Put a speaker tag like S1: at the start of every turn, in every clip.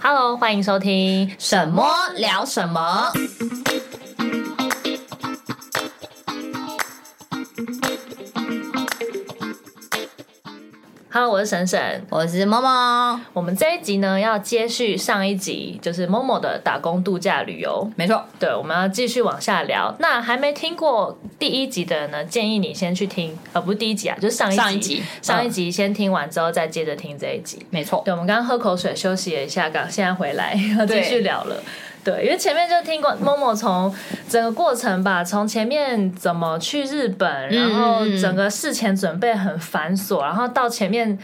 S1: Hello，欢迎收听
S2: 什么聊什么？
S1: Hello，我是沈沈。
S2: 我是猫猫，
S1: 我们这一集呢，要接续上一集，就是 Momo 的打工度假旅游。
S2: 没错，
S1: 对，我们要继续往下聊。那还没听过第一集的人呢，建议你先去听，呃，不是第一集啊，就是上一集，
S2: 上一集
S1: 上一集先听完之后，再接着听这一集。
S2: 没错，
S1: 对，我们刚刚喝口水休息了一下，刚现在回来要继
S2: 对嗯
S1: 续聊了。对，因为前面就听过 Momo 从整个过程吧，从前面怎么去日本，然后
S2: 嗯嗯
S1: 整个事前准备很繁琐，然后到前面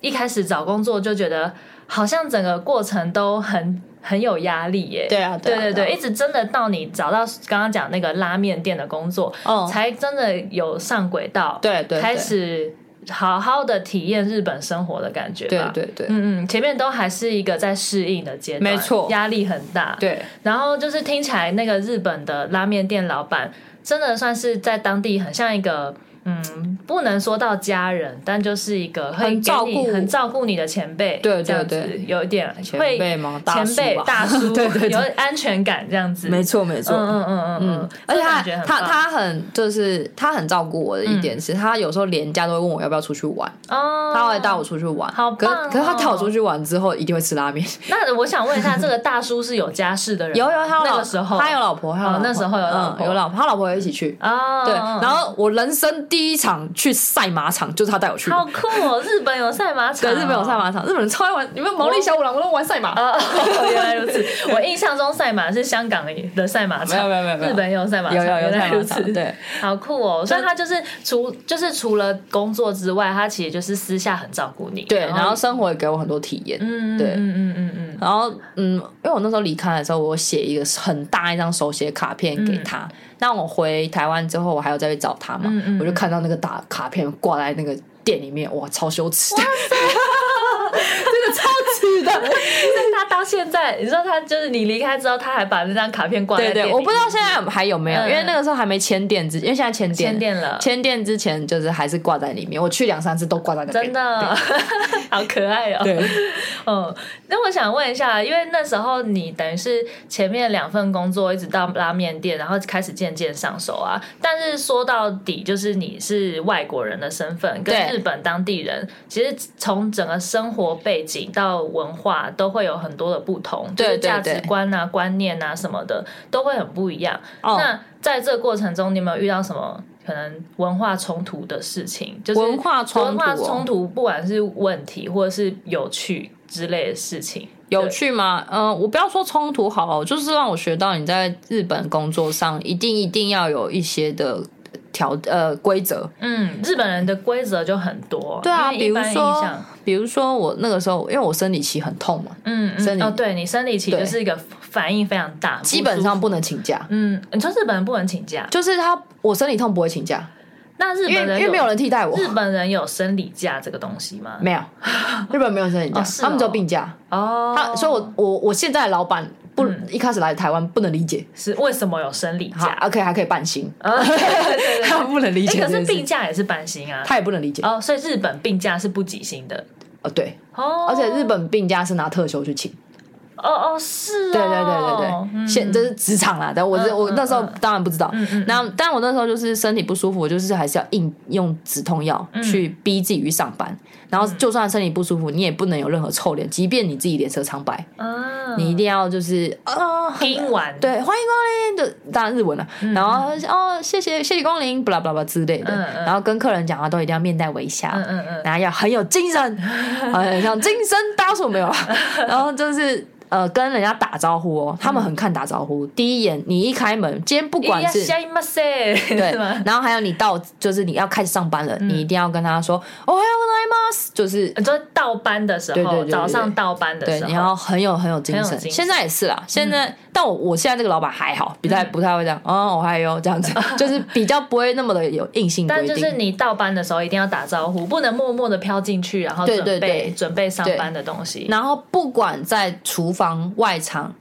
S1: 一开始找工作就觉得好像整个过程都很很有压力耶。
S2: 对啊对
S1: 对
S2: 啊
S1: 对
S2: 对啊
S1: 对，一直真的到你找到刚刚讲那个拉面店的工作，
S2: 哦
S1: 才真的有上轨道，
S2: 对对对
S1: 开始好好的体验日本生活的感觉
S2: 对
S1: 吧。
S2: 对对
S1: 嗯嗯，前面都还是一个在适应的阶段，
S2: 没错
S1: 压力很大。，
S2: 对，
S1: 然后就是听起来那个日本的拉面店老板，真的算是在当地很像一个。嗯，不能说到家人，但就是一个会
S2: 很
S1: 给你
S2: 照顾
S1: 很照顾你的前辈，
S2: 对对
S1: 这样子
S2: 对
S1: 有一点
S2: 前
S1: 会
S2: 辈吗大
S1: 前
S2: 叔
S1: 辈
S2: 吧
S1: 大叔，
S2: 对对对
S1: 有安全感这样子，
S2: 没错没错，
S1: 嗯嗯嗯嗯嗯，
S2: 而且他
S1: 这感觉很
S2: 他
S1: 棒
S2: 他很嗯就是他很照顾我的一点是，他有时候连假都会问我要不要出去玩，
S1: 哦，
S2: 他会带我出去玩。
S1: 好
S2: 可
S1: 棒哦
S2: 是可是他带我出去玩之后，一定会吃拉面。
S1: 那我想问一下，这个大叔是有家室的人吗？
S2: 有有他有
S1: 那
S2: 老
S1: 个时候
S2: 他有老婆，他有老
S1: 哦
S2: 婆
S1: 那时候有老婆
S2: 嗯有老婆，嗯他老婆也一起去。
S1: 哦，
S2: 对，然后我人生第一场去赛马场就是他带我去的
S1: 好。酷哦，日本有赛马场
S2: 对，
S1: 哦，
S2: 日本有赛马场，日本人超爱玩，你们毛利小五郎我都玩赛马。
S1: 哦。原来如此，我印象中赛马是香港的赛马场，
S2: 没有没有没有没有
S1: 日本也有赛马场，
S2: 有有有
S1: 原来
S2: 赛马
S1: 如
S2: 场
S1: 此，，
S2: 对，
S1: 好酷哦！所以他就是除就是除了工作之外，他其实就是私下很照顾你，哦
S2: 对，然后生活也给我很多体验。
S1: 嗯，
S2: 对
S1: 嗯嗯嗯嗯嗯，
S2: 然后，嗯，因为我那时候离开的时候，我写一个很大一张手写卡片给他。那、我回台湾之后，我还有再去找他嘛，
S1: 嗯嗯
S2: 我就看到那个打卡片挂在那个店里面，哇，超羞耻的，真的超耻的。
S1: 但他到现在，你知道他就是你离开之后，他还把那张卡片挂在
S2: 对
S1: 店
S2: 对，
S1: 里
S2: 我不知道现在还有没有，
S1: 嗯
S2: 因为那个时候还没签店之，因为现在签店
S1: 签店了
S2: 签店之前就是还是挂在里面，我去两三次都挂在那边。
S1: 真的 好可爱哦、
S2: 对，
S1: 嗯，那我想问一下，因为那时候你等于是前面两份工作，一直到拉面店，然后开始渐渐上手啊。但是说到底，就是你是外国人的身份，跟
S2: 对
S1: 日本当地人，其实从整个生活背景到文化都会有很多的不同，就是
S2: 对对
S1: 价值
S2: 对
S1: 观啊、观念啊什么的都会很不一样。
S2: 哦
S1: 那在这个过程中，你有没有遇到什么可能文化冲突的事情？就是
S2: 文化冲突哦
S1: 文化冲突，不管是问题或者是有趣之类的事情，
S2: 有趣吗？嗯、我不要说冲突好了，就是让我学到你在日本工作上一定一定要有一些的条呃规则。
S1: 对。嗯，日本人的规则就很多，
S2: 对啊，
S1: 因为一
S2: 比如
S1: 般印
S2: 说
S1: 象，
S2: 比如说我那个时候，因为我生理期很痛嘛，
S1: 嗯嗯
S2: 生理
S1: 哦，对你生理期
S2: 对
S1: 就是一个反应非常大，
S2: 基本
S1: 不
S2: 上
S1: 舒服。
S2: 不能请假，
S1: 嗯，你说日本人不能请假，
S2: 就是他我生理痛不会请假，
S1: 那日
S2: 因为
S1: 本人
S2: 因为没有人替代 我，
S1: 日本人有生理假这个东西吗？
S2: 没有日本没有生理假，
S1: 哦是哦
S2: 他们只有病假。
S1: 哦，
S2: 他所以我我我现在的老板不、一开始来台湾不能理解，
S1: 是为什么有生理
S2: 嗯好
S1: 假？
S2: ，OK 还可以半薪，
S1: 啊，对对对
S2: 他不能理
S1: 哎、
S2: 解
S1: 可
S2: 这件事，
S1: 是病假也是版型啊。
S2: 他也不能理解，
S1: 哦，所以日本病假是不给薪的。
S2: 哦对，
S1: 哦，
S2: 而且日本病假是拿特休去请。
S1: 哦哦是哦，
S2: 对对对对对，现这是职场啦，但我这
S1: 嗯
S2: 我
S1: 嗯
S2: 那时候
S1: 嗯
S2: 当然不知道
S1: 嗯嗯，
S2: 那但我那时候就是身体不舒服，我就是还是要硬用止痛药
S1: 嗯
S2: 去逼自己去上班，然后就算身体不舒服，你也不能有任何臭脸，即便你自己脸色苍白，
S1: 嗯，
S2: 你一
S1: 你
S2: 定要就是啊，很
S1: 听完
S2: 对，欢迎光临，就当然日文了，然后哦谢谢谢谢光临，巴拉巴拉巴拉之类的
S1: 嗯，嗯
S2: 然后跟客人讲话都一定要面带微笑，
S1: 嗯嗯嗯，
S2: 然后要很有 精神，呃，像精神搭手没有啦，然后就是呃跟人家打招呼哦，他们很看打招
S1: 嗯
S2: 呼，第一眼你一开门，今天不
S1: い
S2: 管
S1: らっ
S2: 是
S1: し。ゃいませ，
S2: 对
S1: 是吗，？嗯
S2: 然后还有你到就是你要开始上班了，你一定要跟他说“哦，还有来吗？”就是
S1: 你说倒班的时候，
S2: 对对对对
S1: 早上倒班的
S2: 对，
S1: 时候，
S2: 你要很有很有精
S1: 很有
S2: 神。
S1: 精神嗯
S2: 现在也是啦，现在、但我我现在这个老板还好，比太不太会这样，哦，我还有这样子，就是比较不会那么的有硬性规
S1: 但
S2: 定。
S1: 就是你倒班的时候一定要打招呼，不能默默的飘进去，然后准
S2: 对
S1: 备
S2: 对对
S1: 准备上班的东西。
S2: 然后不管在厨房、外场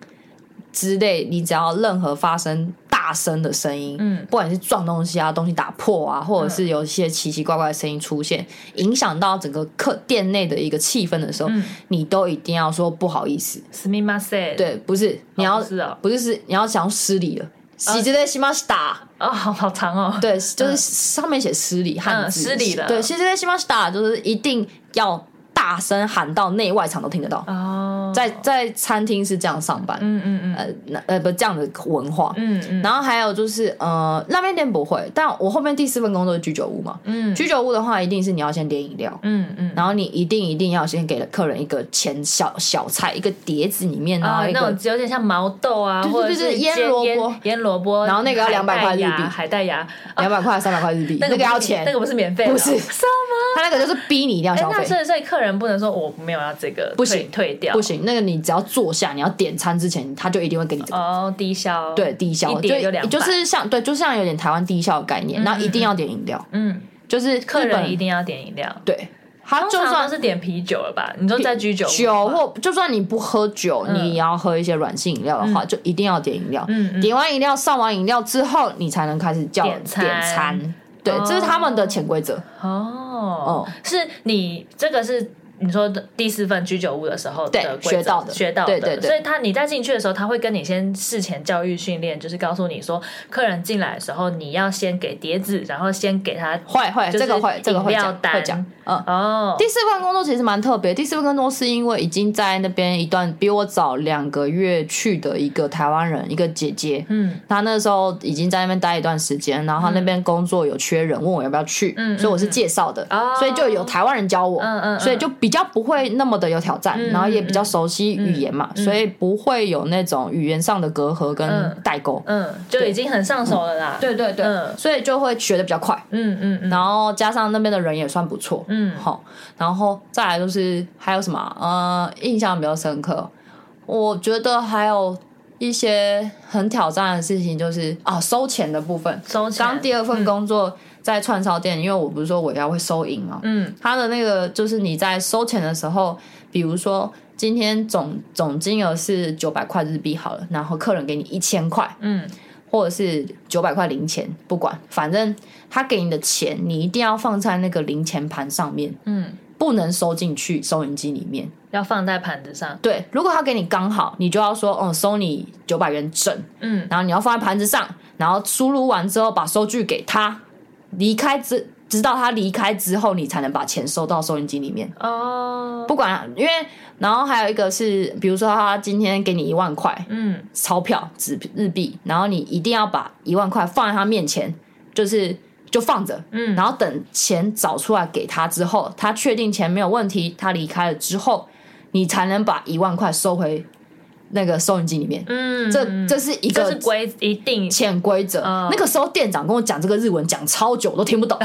S2: 之类，你只要任何发生大大声的声音，
S1: 嗯
S2: 不管是撞东西啊、东西打破啊，或者是有一些奇奇怪怪的声音出现，影响到整个客店内的一个气氛的时候，
S1: 嗯
S2: 你都一定要说不好意思，
S1: すみません。，
S2: 对，不是你要、
S1: 不是啊哦
S2: 不是是你要想要失礼了，喜之类西马西达。
S1: 哦，好好长哦。
S2: 对，就是上面写失礼汉字，
S1: 嗯失礼了
S2: 对，其实在西马西达就是一定要大声喊到内外场都听得到，
S1: 哦，
S2: 在在餐厅是这样上班，
S1: 嗯嗯嗯
S2: 呃那呃不这样的文化。
S1: 嗯嗯
S2: 然后还有就是呃那边店不会，但我后面第四份工作是居酒屋嘛，
S1: 嗯
S2: 居酒屋的话一定是你要先点饮料。
S1: 嗯嗯，
S2: 然后你一定一定要先给客人一个前小小菜，一个碟子里面，然
S1: 啊
S2: 后，一
S1: 那
S2: 个
S1: 种有点像毛豆啊，
S2: 对对
S1: 或者
S2: 对
S1: 是
S2: 对腌
S1: 煎
S2: 萝卜
S1: 腌腌萝卜，
S2: 然后那个要
S1: 海带
S2: 200块日币
S1: 芽海带芽，
S2: 两百块、三百块日币，
S1: 不
S2: 个
S1: 是
S2: 要钱，
S1: 啊 那个不是免费的哦，
S2: 不是
S1: 什么？
S2: 他那个就是逼你一定要
S1: 哎
S2: 消，
S1: 那
S2: 费。
S1: 所以所以客人不能说我没有要这个，
S2: 不
S1: 退
S2: 行
S1: 退掉，
S2: 不行，那个你只要坐下，你要点餐之前，他就一定会给你这个。
S1: 哦，低消，
S2: 对，低消
S1: 一碟就200
S2: 就是像对，就像有点台湾低消的概念，然后一定要点饮料，
S1: 嗯，
S2: 就是
S1: 客
S2: 日
S1: 人
S2: 本
S1: 一定要点饮料，
S2: 对，他
S1: 通
S2: 就
S1: 常
S2: 算
S1: 都是点啤酒了吧？你说在居酒屋的
S2: 酒
S1: 话
S2: 或就算你不喝酒，你也要喝一些软性饮料的话，就一定要点饮料。
S1: 嗯嗯
S2: 点完饮料上完饮料之后，你才能开始叫
S1: 点餐
S2: 餐对，
S1: 哦
S2: 这是他们的潜规则。嗯
S1: 哦，是你这个是你说的第四份居酒屋的时候
S2: 对
S1: 的规则
S2: 学到的
S1: 学到的，
S2: 对对对
S1: 所以他你在进去的时候，他会跟你先事前教育训练，就是告诉你说，客人进来的时候，你要先给碟子，然后先给他
S2: 会会，
S1: 就是
S2: 这个会，这个会
S1: 饮料
S2: 讲会
S1: 单
S2: 讲。嗯，
S1: 哦，
S2: 第四份工作其实蛮特别，第四份工作是因为已经在那边一段比我早两个月去的一个台湾人，一个姐姐，
S1: 嗯
S2: 她那时候已经在那边待一段时间，然后她那边工作有缺人，问我要不要去，
S1: 嗯嗯
S2: 所以我是介绍的，
S1: 哦
S2: 所以就有台湾人教我，
S1: 嗯嗯，
S2: 所以就比较不会那么的有挑战，
S1: 嗯
S2: 然后也比较熟悉语言嘛，
S1: 嗯嗯
S2: 所以不会有那种语言上的隔阂跟
S1: 嗯
S2: 代沟，
S1: 嗯，就已经很上手了啦，
S2: 对对对，
S1: 嗯
S2: 所以就会学的比较快。
S1: 嗯嗯嗯，
S2: 然后加上那边的人也算不错，
S1: 嗯
S2: 好，然后再来就是还有什么啊，呃，印象比较深刻，我觉得还有一些很挑战的事情，就是啊，收钱的部分。
S1: 收钱，
S2: 刚第二份工作在串烧店，因为我不是说我要会收银嘛，
S1: 嗯
S2: 他的那个就是你在收钱的时候，比如说今天总总金额是九百块日币好了，然后客人给你一千块，
S1: 嗯
S2: 或者是九百块零钱，不管，反正他给你的钱，你一定要放在那个零钱盘上面，
S1: 嗯，
S2: 不能收进去收银机里面。
S1: 要放在盘子上，
S2: 对，如果他给你刚好，你就要说，嗯，收你九百元整，
S1: 嗯
S2: 然后你要放在盘子上，然后输入完之后把收据给他，离开之直到他离开之后，你才能把钱收到收银机里面。
S1: 哦，
S2: 不管，因为然后还有一个是，比如说他今天给你一万块，
S1: 嗯
S2: 钞票纸日币，然后你一定要把一万块放在他面前，就是就放着，
S1: 嗯
S2: 然后等钱找出来给他之后，他确定钱没有问题，他离开了之后，你才能把一万块收回那个收银机里面。
S1: 嗯，
S2: 这这是一
S1: 这是
S2: 个
S1: 规一定
S2: 潜规则。
S1: 哦
S2: 那个时候店长跟我讲这个日文讲超久，我都听 不懂。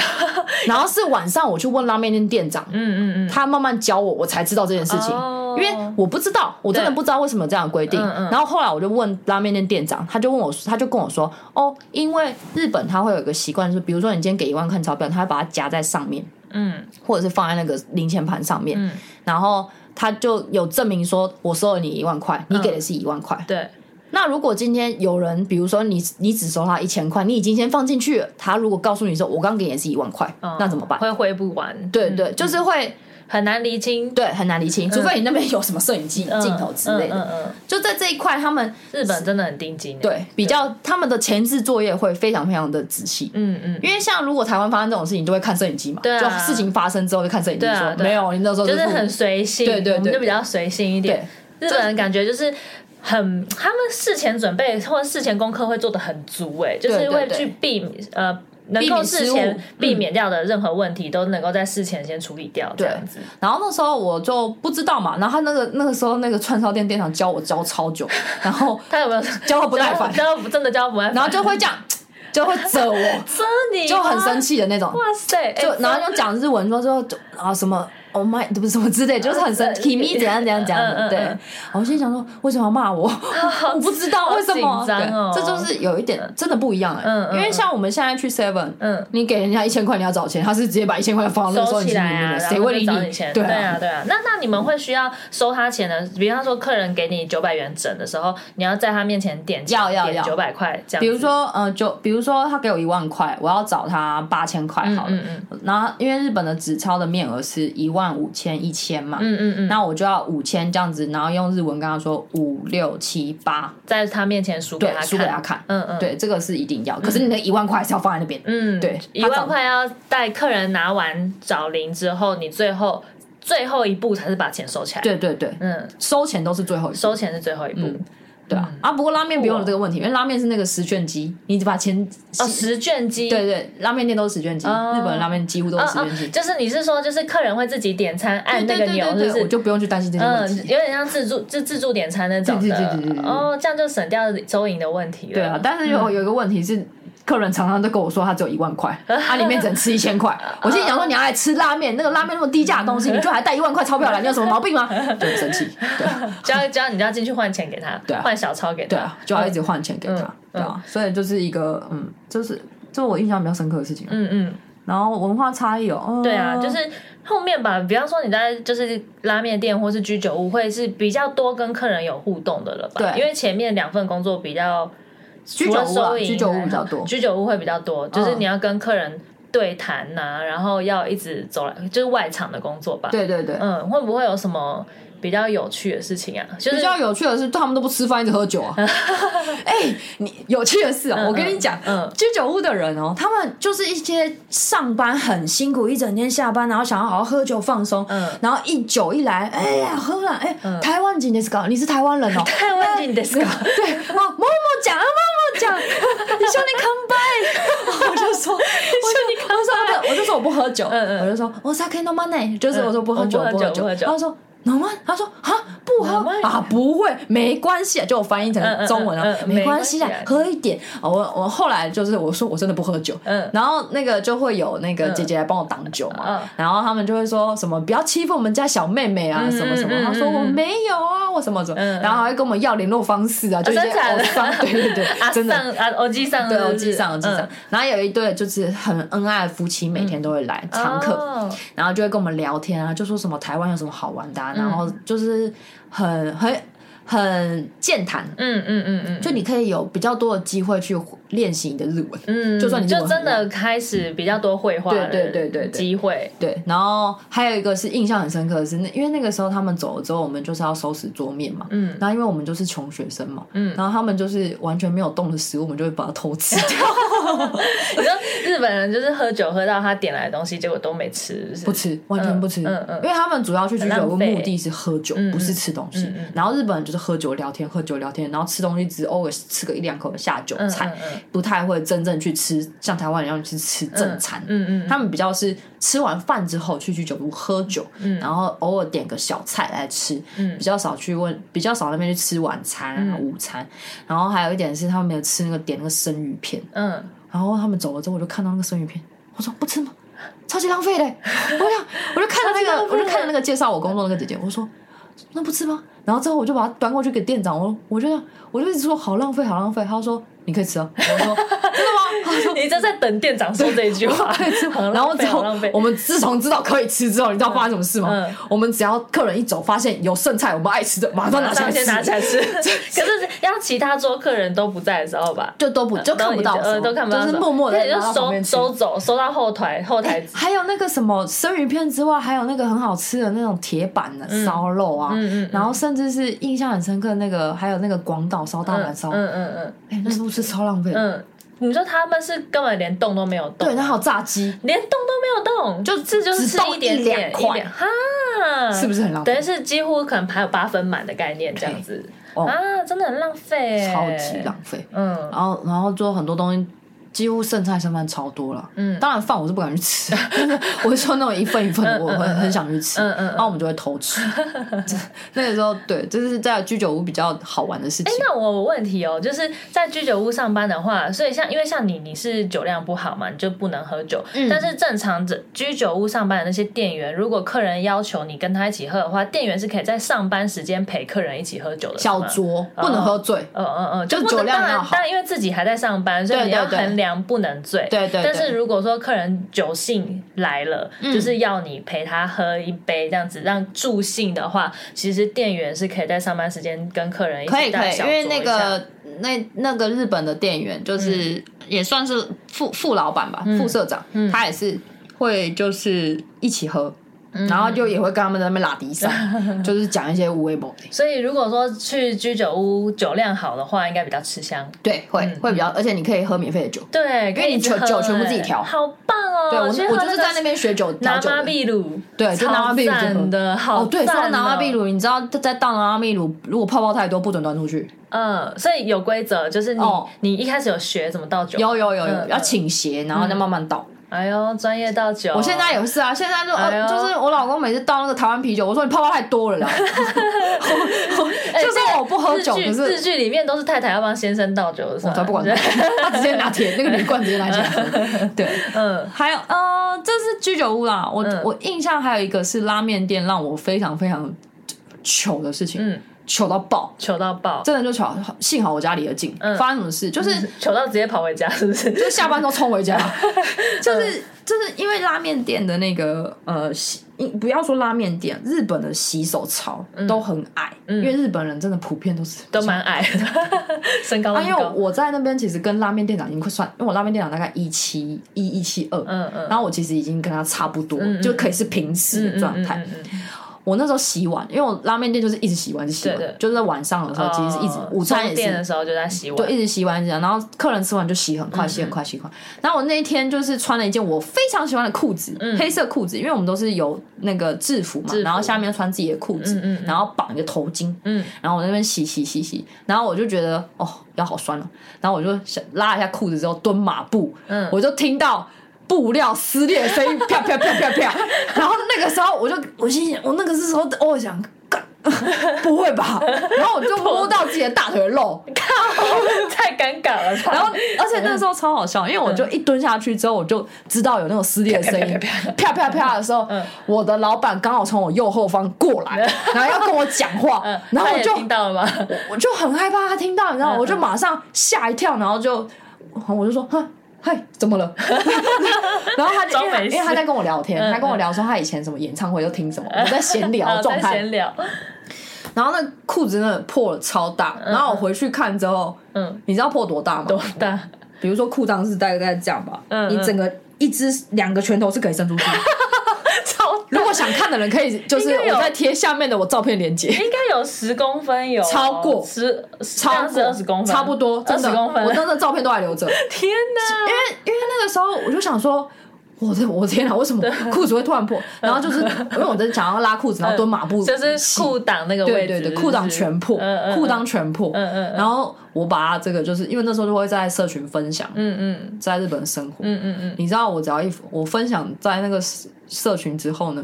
S2: 然后是晚上我去问拉面店店长，
S1: 嗯嗯嗯，
S2: 他慢慢教我，我才知道这件事情。
S1: 哦
S2: 因为我不知道，我真的
S1: 对
S2: 不知道为什么有这样的规定。
S1: 嗯嗯
S2: 然后后来我就问拉面店店长，他就问我，他就跟我说，哦，因为日本他会有一个习惯，就是比如说你今天给一万块钞票，他会把它夹在上面，
S1: 嗯
S2: 或者是放在那个零钱盘上面，
S1: 嗯
S2: 然后他就有证明说，我收了你一万块，你给的是一万块。
S1: 对，
S2: 那如果今天有人，比如说你你只收他一千块，你已经先放进去了，他如果告诉你说，我刚给你的是一万块，
S1: 嗯
S2: 那怎么办？
S1: 会挥不完，
S2: 对
S1: 嗯
S2: 对，就是会
S1: 很难厘清
S2: 对很难理清，除非你那边有什么摄影机
S1: 嗯
S2: 镜头之类的。
S1: 嗯嗯嗯
S2: 就在这一块，他们
S1: 日本真的很盯紧，，
S2: 对比较他们的前置作业会非常非常的仔细。
S1: 嗯嗯，
S2: 因为像如果台湾发生这种事情，都会看摄影机嘛，
S1: 对啊
S2: 就事情发生之后就看摄影机
S1: 对
S2: 说、
S1: 啊对啊
S2: 没有，你那时候
S1: 就是
S2: 不
S1: 很随性，
S2: 对对
S1: 我们
S2: 对
S1: 就比较随性一点。日本人感觉就是。很，他们事前准备或者事前功课会做的很足、哎，就是
S2: 对对
S1: 会
S2: 对
S1: 去避免呃，能
S2: 避
S1: 够
S2: 免
S1: 事
S2: 失误
S1: 前
S2: 嗯
S1: 避免掉的任何问题，都能够在事前先处理掉，这
S2: 对
S1: 样子。
S2: 然后那时候我就不知道嘛，然后他那个那个时候那个串烧店店长教我教超久，然后
S1: 他 有没有
S2: 教我不 耐烦
S1: 教教真的教不耐烦，
S2: 然后就会 这样就会责我，
S1: 这你
S2: 就很
S1: 吗
S2: 生。气的那种。
S1: 哇塞，哎
S2: 就然后就讲日文说说就啊什么 Oh my，不是什么之类，就是很生
S1: 嗯
S2: 气，咪怎样怎样怎样
S1: 嗯
S2: 的。
S1: 嗯
S2: 对
S1: 嗯，
S2: 我心想说，为什么要骂我？ 我不知道
S1: 好
S2: 为什么。
S1: 紧张哦
S2: 对这就是有一点真的不一样哎、
S1: 嗯嗯
S2: 因为像我们现在去 Seven，
S1: 嗯，
S2: 你给人家一千块，你要找钱，他是直接把一千块哦放到那个收
S1: 收
S2: 银
S1: 起
S2: 机里
S1: 来
S2: 面
S1: 啊，
S2: 的，
S1: 然
S2: 谁
S1: 后
S2: 会
S1: 就
S2: 理
S1: 找
S2: 你
S1: 你钱？？
S2: 对
S1: 啊，，对啊。那那你们会需要收他钱的，比方说客人给你九百元整的时候，你要在他面前点钱
S2: 要要
S1: 点
S2: 要
S1: 九百块这样子。
S2: 比如说，呃，就比如说他给我一万块，我要找他八千块好了。
S1: 嗯嗯
S2: 然后因为日本的纸钞的面额是一万五千一千嘛，
S1: 嗯嗯嗯，
S2: 那我就要五千这样子，然后用日文跟他说五六七八，
S1: 在他面前输给
S2: 对
S1: 他，
S2: 输给他看。
S1: 嗯嗯，
S2: 对，这个是一定要。可是你那一万块还是要放在那边。
S1: 嗯，
S2: 对
S1: 一
S2: 他找
S1: 万块要带客人拿完找零之后，你最后最后一步才是把钱收起来。，
S2: 对对对，
S1: 嗯，
S2: 收钱都是最后一步
S1: 收钱是最后一步。
S2: 对啊。啊，不过拉面不用有这个问题，因为拉面是那个十卷机，你只把钱
S1: 哦，十券机。
S2: 对对，拉面店都是十卷机，
S1: 哦
S2: 日本的拉面几乎都
S1: 哦
S2: 是十
S1: 哦
S2: 卷机，。
S1: 就是你是说，就是客人会自己点餐，按
S2: 对
S1: 那个
S2: 对
S1: 钮，
S2: 对
S1: 是
S2: 对
S1: 不
S2: 对，
S1: 是
S2: 我？就不用去担心这些
S1: 嗯
S2: 问，题。
S1: 有点像自助，就自助点餐那种的。
S2: 对对对对对对
S1: 哦，这样就省掉收银的问题了。
S2: 对啊，但是
S1: 嗯
S2: 有有一个问题是，客人常常都跟我说他只有一 万块，他里面只能吃一千块。我心里想说，你要来吃拉面，那个拉面那么低价的东西，你就还带一万块钞票来，你有什么毛 病吗？就很生气。对
S1: 只要只要你就要进去换钱给他
S2: 对，啊
S1: 换小钞给他。
S2: 对啊，就要一直换钱给他
S1: 嗯，
S2: 对啊，所以就是一个嗯，就是这我印象比较深刻的事情。
S1: 嗯嗯，
S2: 然后文化差异哦，嗯
S1: 对啊，就是后面吧，比方说你在就是拉面店或是居酒屋，会是比较多跟客人有互动的了吧？
S2: 对
S1: 因为前面两份工作比较
S2: 居
S1: 除
S2: 酒
S1: 了
S2: 屋啊，
S1: 收银，
S2: 居酒屋比较多。
S1: 居酒屋会比较多，就是
S2: 嗯
S1: 你要跟客人对谈呐、然后要一直走来，就是外场的工作吧。，
S2: 对对对，
S1: 嗯，会不会有什么比较有趣的事情啊？就
S2: 比
S1: 是
S2: 较有趣的是，他们都不吃饭，一直喝 酒啊。哎，你有趣的是哦，我跟你讲，
S1: 嗯
S2: 居酒屋的人哦，他们就是一些上班很辛苦，一整天下班，然后想要好好喝酒放松，
S1: 嗯
S2: 然后一酒一来，哎呀，喝了，哎，台湾人ですか？你是台湾人哦？
S1: 台湾人 ですか
S2: 对，哦，默默讲啊，默默讲， 你说你 come by，我就说，我说你 come by，我就说我不喝酒，
S1: 嗯嗯
S2: 我就说我 sake no money，就是
S1: 嗯
S2: 我说不喝酒，
S1: 我不喝酒
S2: 不
S1: 不
S2: 喝
S1: 喝酒
S2: 酒，他说。no m 他说啊不喝
S1: No
S2: 啊不会没关系啊，就我翻译
S1: 嗯
S2: 成
S1: 嗯
S2: 中文
S1: 嗯
S2: 啊，
S1: 嗯
S2: 没关系啊
S1: 没关系啊，
S2: 喝一点。啊我我后来就是我说我真的不喝酒，
S1: 嗯
S2: 然后那个就会有那个姐姐来帮我挡酒嘛
S1: 嗯，
S2: 然后他们就会说什么不要欺负我们家小妹妹啊
S1: 嗯
S2: 什么什么，
S1: 嗯
S2: 他说
S1: 嗯
S2: 我
S1: 嗯
S2: 没有啊我什么什么，
S1: 嗯嗯
S2: 然后还会跟我们要联络方式啊，就一些
S1: 真假的
S2: 欧 桑，对对
S1: 啊
S2: 对，真的。
S1: 上啊，欧基上
S2: 对，
S1: 是不
S2: 我
S1: 是
S2: 记上，我记上
S1: 嗯。
S2: 然后有一对就是很恩爱的夫妻，每天都会来常客，
S1: 哦
S2: 然后就会跟我们聊天啊，就说什么台湾有什么好玩的
S1: 嗯
S2: 啊，然后就是很很很健谈，
S1: 嗯嗯嗯嗯，
S2: 就你可以有比较多的机会去练习你的日文。
S1: 嗯，
S2: 就算你日文
S1: 就真
S2: 很
S1: 的开始比较多绘画的
S2: 对对对对对
S1: 机会，
S2: 对，然后还有一个是印象很深刻的是，那因为那个时候他们走了之后，我们就是要收拾桌面嘛。
S1: 嗯
S2: 然后因为我们就是穷学生嘛，
S1: 嗯
S2: 然后他们就是完全没有动的食物，我们就会把它偷 吃掉，
S1: 你知道日本人就是喝酒喝到他点来的东西，结果都没吃，是
S2: 不
S1: 不是
S2: 吃，完全不吃。
S1: 嗯嗯嗯
S2: 因为他们主要去居酒
S1: 很
S2: 屋
S1: 浪费
S2: 目的是喝酒，
S1: 嗯嗯
S2: 不是吃东西。
S1: 嗯嗯
S2: 然后日本人就是喝酒聊天，喝酒聊天，然后吃东西只偶尔吃个一两口下酒菜，
S1: 嗯嗯嗯
S2: 不太会真正去吃像台湾一样去吃正餐。
S1: 嗯嗯嗯
S2: 他们比较是吃完饭之后去居酒屋喝酒，
S1: 嗯
S2: 然后偶尔点个小菜来吃，比较少去问，比较少那边去吃晚餐啊、
S1: 嗯
S2: 午餐。然后还有一点是他们没有吃那个点那个生鱼片，
S1: 嗯，
S2: 然后他们走了之后，我就看到那个生鱼片，我说不吃吗？超级浪费的、 我想，我就看着那
S1: 超级
S2: 个，
S1: 浪费
S2: 我就看着那个介绍我工作那个姐姐，我说那不吃吗？然后之后我就把它端过去给店长，我我就我就一直说好浪费，好浪费。他说你可以吃啊，我 说真的吗？他说
S1: 你就在等店长说这一句 话，很
S2: 然后
S1: 浪
S2: 之
S1: 费，
S2: 后
S1: 好浪费
S2: 我。们自从知道可以吃之后，你知道发生什么事吗？
S1: 嗯
S2: 我们只要客人一走，发现有剩菜，我们爱吃的马上拿起来
S1: 上
S2: 吃，
S1: 先拿起来 吃，可是要其他桌客人都不在的时候吧，
S2: 就都不就看不到什么，
S1: 呃，都看不到什么，
S2: 就是默默的
S1: 对就
S2: 旁
S1: 收
S2: 边吃。哎
S1: 收走，收到后台后台
S2: 还有那个什么生鱼片之外，还有那个很好吃的那种铁板的烧肉啊，
S1: 嗯嗯嗯
S2: 然后甚至是印象很深刻的那个，还有那个广岛烧大阪烧，哎、
S1: 嗯嗯嗯
S2: 那是不是超浪费？
S1: 嗯嗯，你说他们是根本连动都没有动，啊
S2: 对，那还有炸鸡，
S1: 连动都没有动，就这就是
S2: 只
S1: 吃
S2: 动
S1: 点
S2: 一两
S1: 点
S2: 块
S1: 点哈，
S2: 是不是很浪费
S1: 等于是几乎可能还有八分满的概念这样子
S2: 哦
S1: 啊，真的很浪费，
S2: 超级浪费。
S1: 嗯，
S2: 然后，然后做很多东西几乎剩菜剩饭超多了。嗯，当然饭我是不敢去吃， 我是说那种一份一份
S1: 嗯
S2: 的，我会很想去吃，然后我们就会偷吃。 那个时候，对，就是在居酒屋比较好玩的事情。
S1: 哎那我有问题哦，就是在居酒屋上班的话，所以像因为像你，你是酒量不好嘛，你就不能喝酒。
S2: 嗯
S1: 但是正常的居酒屋上班的那些店员，如果客人要求你跟他一起喝的话，店员是可以在上班时间陪客人一起喝酒的。
S2: 小
S1: 猪，
S2: 酌不能喝醉，
S1: 嗯嗯嗯，
S2: 就
S1: 不
S2: 酒
S1: 能
S2: 量
S1: 当
S2: 要
S1: 然
S2: 好
S1: 当然，因为自己还在上班，所以你要
S2: 对对对
S1: 衡量不能醉。
S2: 对对对嗯
S1: 但是如果说客人酒性来了，就是要你陪他喝一杯这样子，让助兴的话，其实店员是可以在上班时间跟客人一起
S2: 可以
S1: 大
S2: 可以，
S1: 小
S2: 因为
S1: 酌
S2: 那
S1: 一下嗯
S2: 个那那个日本的店员就是、也算是副副老板吧，副社长，他也是会就是一起喝。
S1: 嗯
S2: 然后就也会跟他们在那边拉 迪赛，就是讲一些无微不至
S1: 所以如果说去居酒屋酒量好的话，应该比较吃香。
S2: 对，会、会比较，而且你可以喝免费的酒。
S1: 对，因
S2: 为你酒酒全部自己调
S1: 好棒哦！
S2: 对我，我
S1: 去喝
S2: 就是在那边学酒调
S1: 拿
S2: 酒
S1: 马
S2: 的。
S1: 秘鲁，
S2: 对，就拿
S1: 超
S2: 阿秘鲁就喝
S1: 赞的，好
S2: 哦，对，说到
S1: 赞
S2: 拿阿
S1: 哦
S2: 秘，鲁，你知道在倒拿阿秘鲁，如果泡泡太多，不准端出去。
S1: 嗯，所以有规则，就是你
S2: 哦
S1: 你一开始有学怎么倒酒，
S2: 有有有有，
S1: 嗯
S2: 要倾斜，然后再慢慢倒。
S1: 哎呦，专业倒酒，
S2: 我现在也是啊，现在就、
S1: 哎呦
S2: 呃，就是我老公每次倒那个台湾啤酒，我说你泡泡太多了啦。
S1: 哎现
S2: 就
S1: 在
S2: 算我不喝酒，
S1: 日
S2: 可
S1: 剧
S2: 是
S1: 日剧里面都是太太要帮先生倒酒的，哎
S2: 我才不管他，他直接拿铁那个铝罐直接拿起来喝。对，
S1: 嗯
S2: 还有呃，这是居酒屋啦。我、
S1: 嗯
S2: 我印象还有一个是拉面店，让我非常非常糗的事情，
S1: 嗯，
S2: 糗到爆，
S1: 糗到爆，
S2: 真的就糗。幸好我家离得近，发生什么事就是。
S1: 糗到直接跑回家，是不是？
S2: 就下班都冲回 家，就是就是因为拉面店的那个呃洗，不要说拉面店，日本的洗手槽都很矮，因为日本人真的普遍都是
S1: 都蛮矮的， 身高
S2: 啊，
S1: 很
S2: 因为
S1: 高，
S2: 我在那边其实跟拉面店长已经快算，因为我拉面店长大概一七一一七二，
S1: 嗯嗯
S2: 然后我其实已经跟他差不多，就可以是平视的状态。
S1: 嗯嗯嗯嗯
S2: 我那时候洗碗，因为我拉面店就是一直洗碗，一直洗碗，
S1: 对对
S2: 就是在晚上的时候，其实是一直、
S1: 哦
S2: 午餐
S1: 收
S2: 也是
S1: 店的时候就在洗
S2: 就
S1: 碗，
S2: 一直洗碗一直洗，然后客人吃完就洗很快，
S1: 嗯
S2: 洗很快，洗很快。然后我那一天就是穿了一件我非常喜欢的裤子，黑色裤子，因为我们都是有那个制服嘛，
S1: 嗯制服
S2: 然后下面穿自己的裤子，然后绑一个头巾，
S1: 嗯
S2: 然后我在那边洗洗洗洗，然后我就觉得哦腰好酸了，然后我就想拉一下裤子之后蹲马步，
S1: 嗯
S2: 我就听到。布料撕裂的声 音，啪啪啪啪啪。然后那个时候，我就我心想，我那个时候，我想，干 不会吧？然后我就摸到自己的大腿 肉，
S1: 太尴尬了吧。
S2: 然后，而且那时候超好笑，因为我就一蹲下去之后，我就知道有那种撕裂的声音，嗯啪嗯啪啪的时候，我的老板刚好从我右后方过来，然后要跟我讲 话，然后
S1: 嗯他
S2: 我
S1: 也
S2: 就
S1: 听到了吗？
S2: 我就很害怕他听到，你知道吗，
S1: 嗯
S2: 我就马上吓一跳，然后就我就说，哼。嗨，怎么了？ 然后他就
S1: 装
S2: 因为他
S1: 没事
S2: 因为他在跟我聊天，
S1: 嗯
S2: 他跟我聊说他以前什么演唱会都听什么，我们在 闲聊
S1: 啊
S2: 状
S1: 在
S2: 态，
S1: 闲聊，
S2: 然后那裤子真的破了超大，然后我回去看之后，
S1: 嗯，
S2: 你知道破多大吗？
S1: 多 大？
S2: 比如说裤裆是大概这样吧，
S1: 嗯嗯
S2: 你整个一只两个拳头是可以伸 出去。
S1: 超
S2: 如果想看的人可以，就是
S1: 应该有
S2: 我在贴下面的我照片连接，
S1: 应该有十公分有哦，
S2: 超过
S1: 十，
S2: 超
S1: 十
S2: 过
S1: 二十公分，
S2: 差不多，
S1: 二
S2: 真
S1: 十
S2: 的，
S1: 公分
S2: 我。真的照片都还留着，因
S1: 天哪！
S2: 为因为那个时候我就想说。我的我天啊！为什么裤子会突然破？然后就是因为我在想要拉裤子，然后蹲马步洗，
S1: 就是裤裆那个位
S2: 对
S1: 置，
S2: 对对，
S1: 是不是
S2: 裤裆全破，
S1: 嗯嗯
S2: 裤裆全破。
S1: 嗯嗯嗯
S2: 然后我把它这个，就是因为那时候就会在社群分享，
S1: 嗯嗯
S2: 在日本生活，
S1: 嗯嗯嗯，
S2: 你知道我只要一我分享在那个社社群之后呢，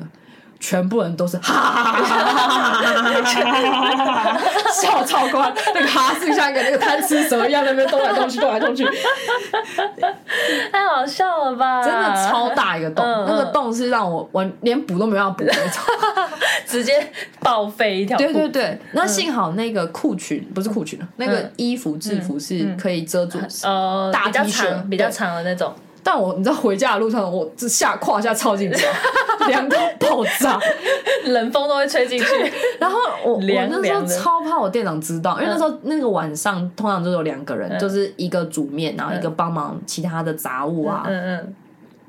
S2: 全部人都是哈哈哈哈哈哈哈，笑超宽，那个哈是像一个那个贪吃蛇一样，那边动来动去，动来动去，
S1: 太好笑了吧！
S2: 真的超大一个洞，
S1: 嗯嗯
S2: 那个洞是让我完连补都没办法补的那种。
S1: 直接报废一条裤
S2: 对对对，嗯那幸好那个裤裙不是裤
S1: 嗯
S2: 裙，啊那个衣服制服是可以遮住。
S1: 呃，
S2: 大
S1: 比较
S2: T 恤
S1: 长、比较
S2: 对
S1: 长的那种，
S2: 但我你知道回家的路上，我这下胯下超 紧张，凉到爆炸。
S1: 冷风都会吹进去。
S2: 然后我我
S1: 凉
S2: 那时
S1: 凉
S2: 候
S1: 的嗯
S2: 超怕我店长知道，因为那时候那个晚上通常就有两个人，就是一个煮面，然后一个帮忙其他的杂物啊。
S1: 嗯嗯，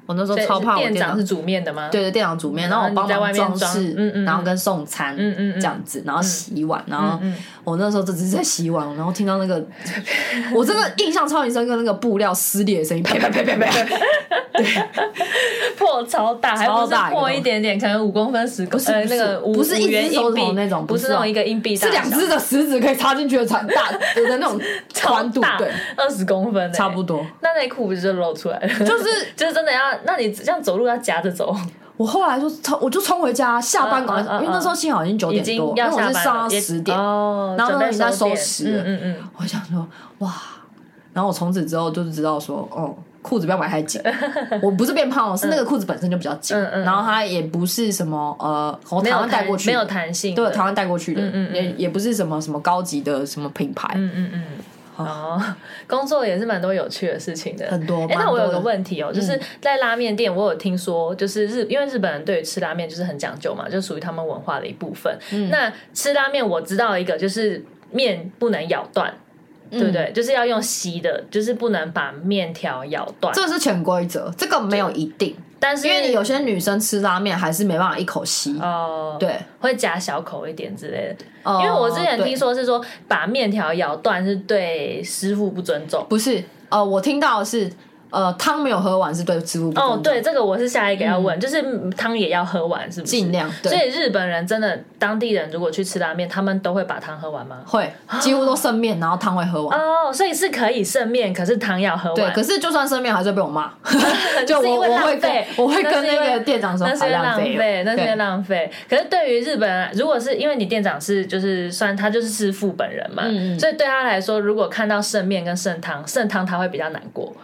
S2: 我那时候
S1: 所以
S2: 超怕我
S1: 是
S2: 店
S1: 店
S2: 长
S1: 是煮面的吗？
S2: 对对，店长煮面，然后我
S1: 嗯
S2: 帮
S1: 然后你在外
S2: 忙
S1: 面
S2: 装
S1: 装
S2: 饰，
S1: 嗯嗯嗯
S2: 然后跟送餐，
S1: 嗯嗯嗯嗯
S2: 这样子，然后洗碗，然后我那时候只是在洗碗，然后听到那个，我真的印象超级深刻，那个布料撕裂的声音，啪啪啪啪啪。
S1: 破超大，还不
S2: 超
S1: 是
S2: 大一个
S1: 破一点点，可能五公分、十公
S2: 是
S1: 呃那
S2: 不是
S1: 个五
S2: 不是一
S1: 五元
S2: 只手
S1: 硬币
S2: 指那种
S1: 不是
S2: 不是
S1: 那
S2: 哦
S1: 种一个硬币大
S2: 是
S1: 小，
S2: 两只的食指可以插进去的长 大的那种
S1: 超
S2: 宽度，
S1: 大
S2: 对，，
S1: 二十公分、欸，
S2: 差 不。多。
S1: 那内裤不是就露出来了？
S2: 就是
S1: 就是真的要，那你这样走路要夹着走，
S2: 我后来就冲，我就冲回家，下班赶
S1: 嗯
S2: 快，
S1: 嗯嗯
S2: 因为那时候幸好已经九
S1: 已
S2: 点
S1: 经
S2: 多，因为
S1: 要
S2: 我
S1: 下
S2: 是
S1: 班
S2: 上
S1: 了，
S2: 到
S1: 也
S2: 十点，
S1: 哦，
S2: 然后
S1: 准
S2: 那
S1: 备
S2: 个人在
S1: 收
S2: 收
S1: 店
S2: 拾了
S1: 嗯嗯
S2: 我想说哇，然后我从此之后就知道说，哦，裤子不要买太 紧。我不是变胖哦，是那个裤子本身就比较紧，
S1: 嗯嗯
S2: 然后它也不是什么呃，从
S1: 嗯，没
S2: 台
S1: 有
S2: 湾带
S1: 弹
S2: 过去
S1: 没
S2: 的，
S1: 有弹性，
S2: 对，台，湾带过去的，
S1: 嗯嗯
S2: 也也不是什么什么高级的什么品牌，
S1: 嗯嗯嗯。哦，工作也是蛮多有趣的事情的，
S2: 很多
S1: 哎、那
S2: 蛮
S1: 我有个
S2: 多的
S1: 问题哦、就是在拉面店，我有听说，就是日，因为日本人对于吃拉面就是很讲究嘛，就属于他们文化的一部分。那吃拉面我知道一个，就是面不能咬断，对不对？就是要用吸的，就是不能把面条咬断。
S2: 这个是潜规则，这个没有一定，
S1: 但是
S2: 因为有些女生吃拉面还是没办法一口吸，
S1: 哦，
S2: 对，呃
S1: 会夹小口一点之类的。因
S2: 因
S1: 为我之前听说是说把面条咬断是对师傅不尊重。
S2: 不是，呃，我听到的是。呃，汤没有喝完是对师傅不
S1: 哦，
S2: 尊重
S1: 对，，这个我是下一个要问，就是汤也要喝完，是不是？
S2: 尽量对
S1: 所以日本人真的，当地人如果去吃拉面，他们都会把汤喝完吗？
S2: 会几乎都剩面，然后汤会喝完。
S1: 哦，所以是可以剩面，可是汤要喝完。
S2: 对，可是就算剩面还是会被我 骂，
S1: 就
S2: 就
S1: 是因
S2: 我
S1: 为
S2: 我
S1: 浪
S2: 会跟
S1: 费
S2: 我会
S1: 那是
S2: 跟
S1: 因为
S2: 那个店长说
S1: 那是
S2: 太
S1: 因为浪
S2: 费
S1: 费，
S2: 了，
S1: 那是因为
S2: 对
S1: 浪费。可是对于日本人，如果是因为你店长是就是算他就是师傅本人嘛，
S2: 嗯嗯
S1: 所以对他来说，如果看到剩面跟剩汤，剩汤他会比较难过。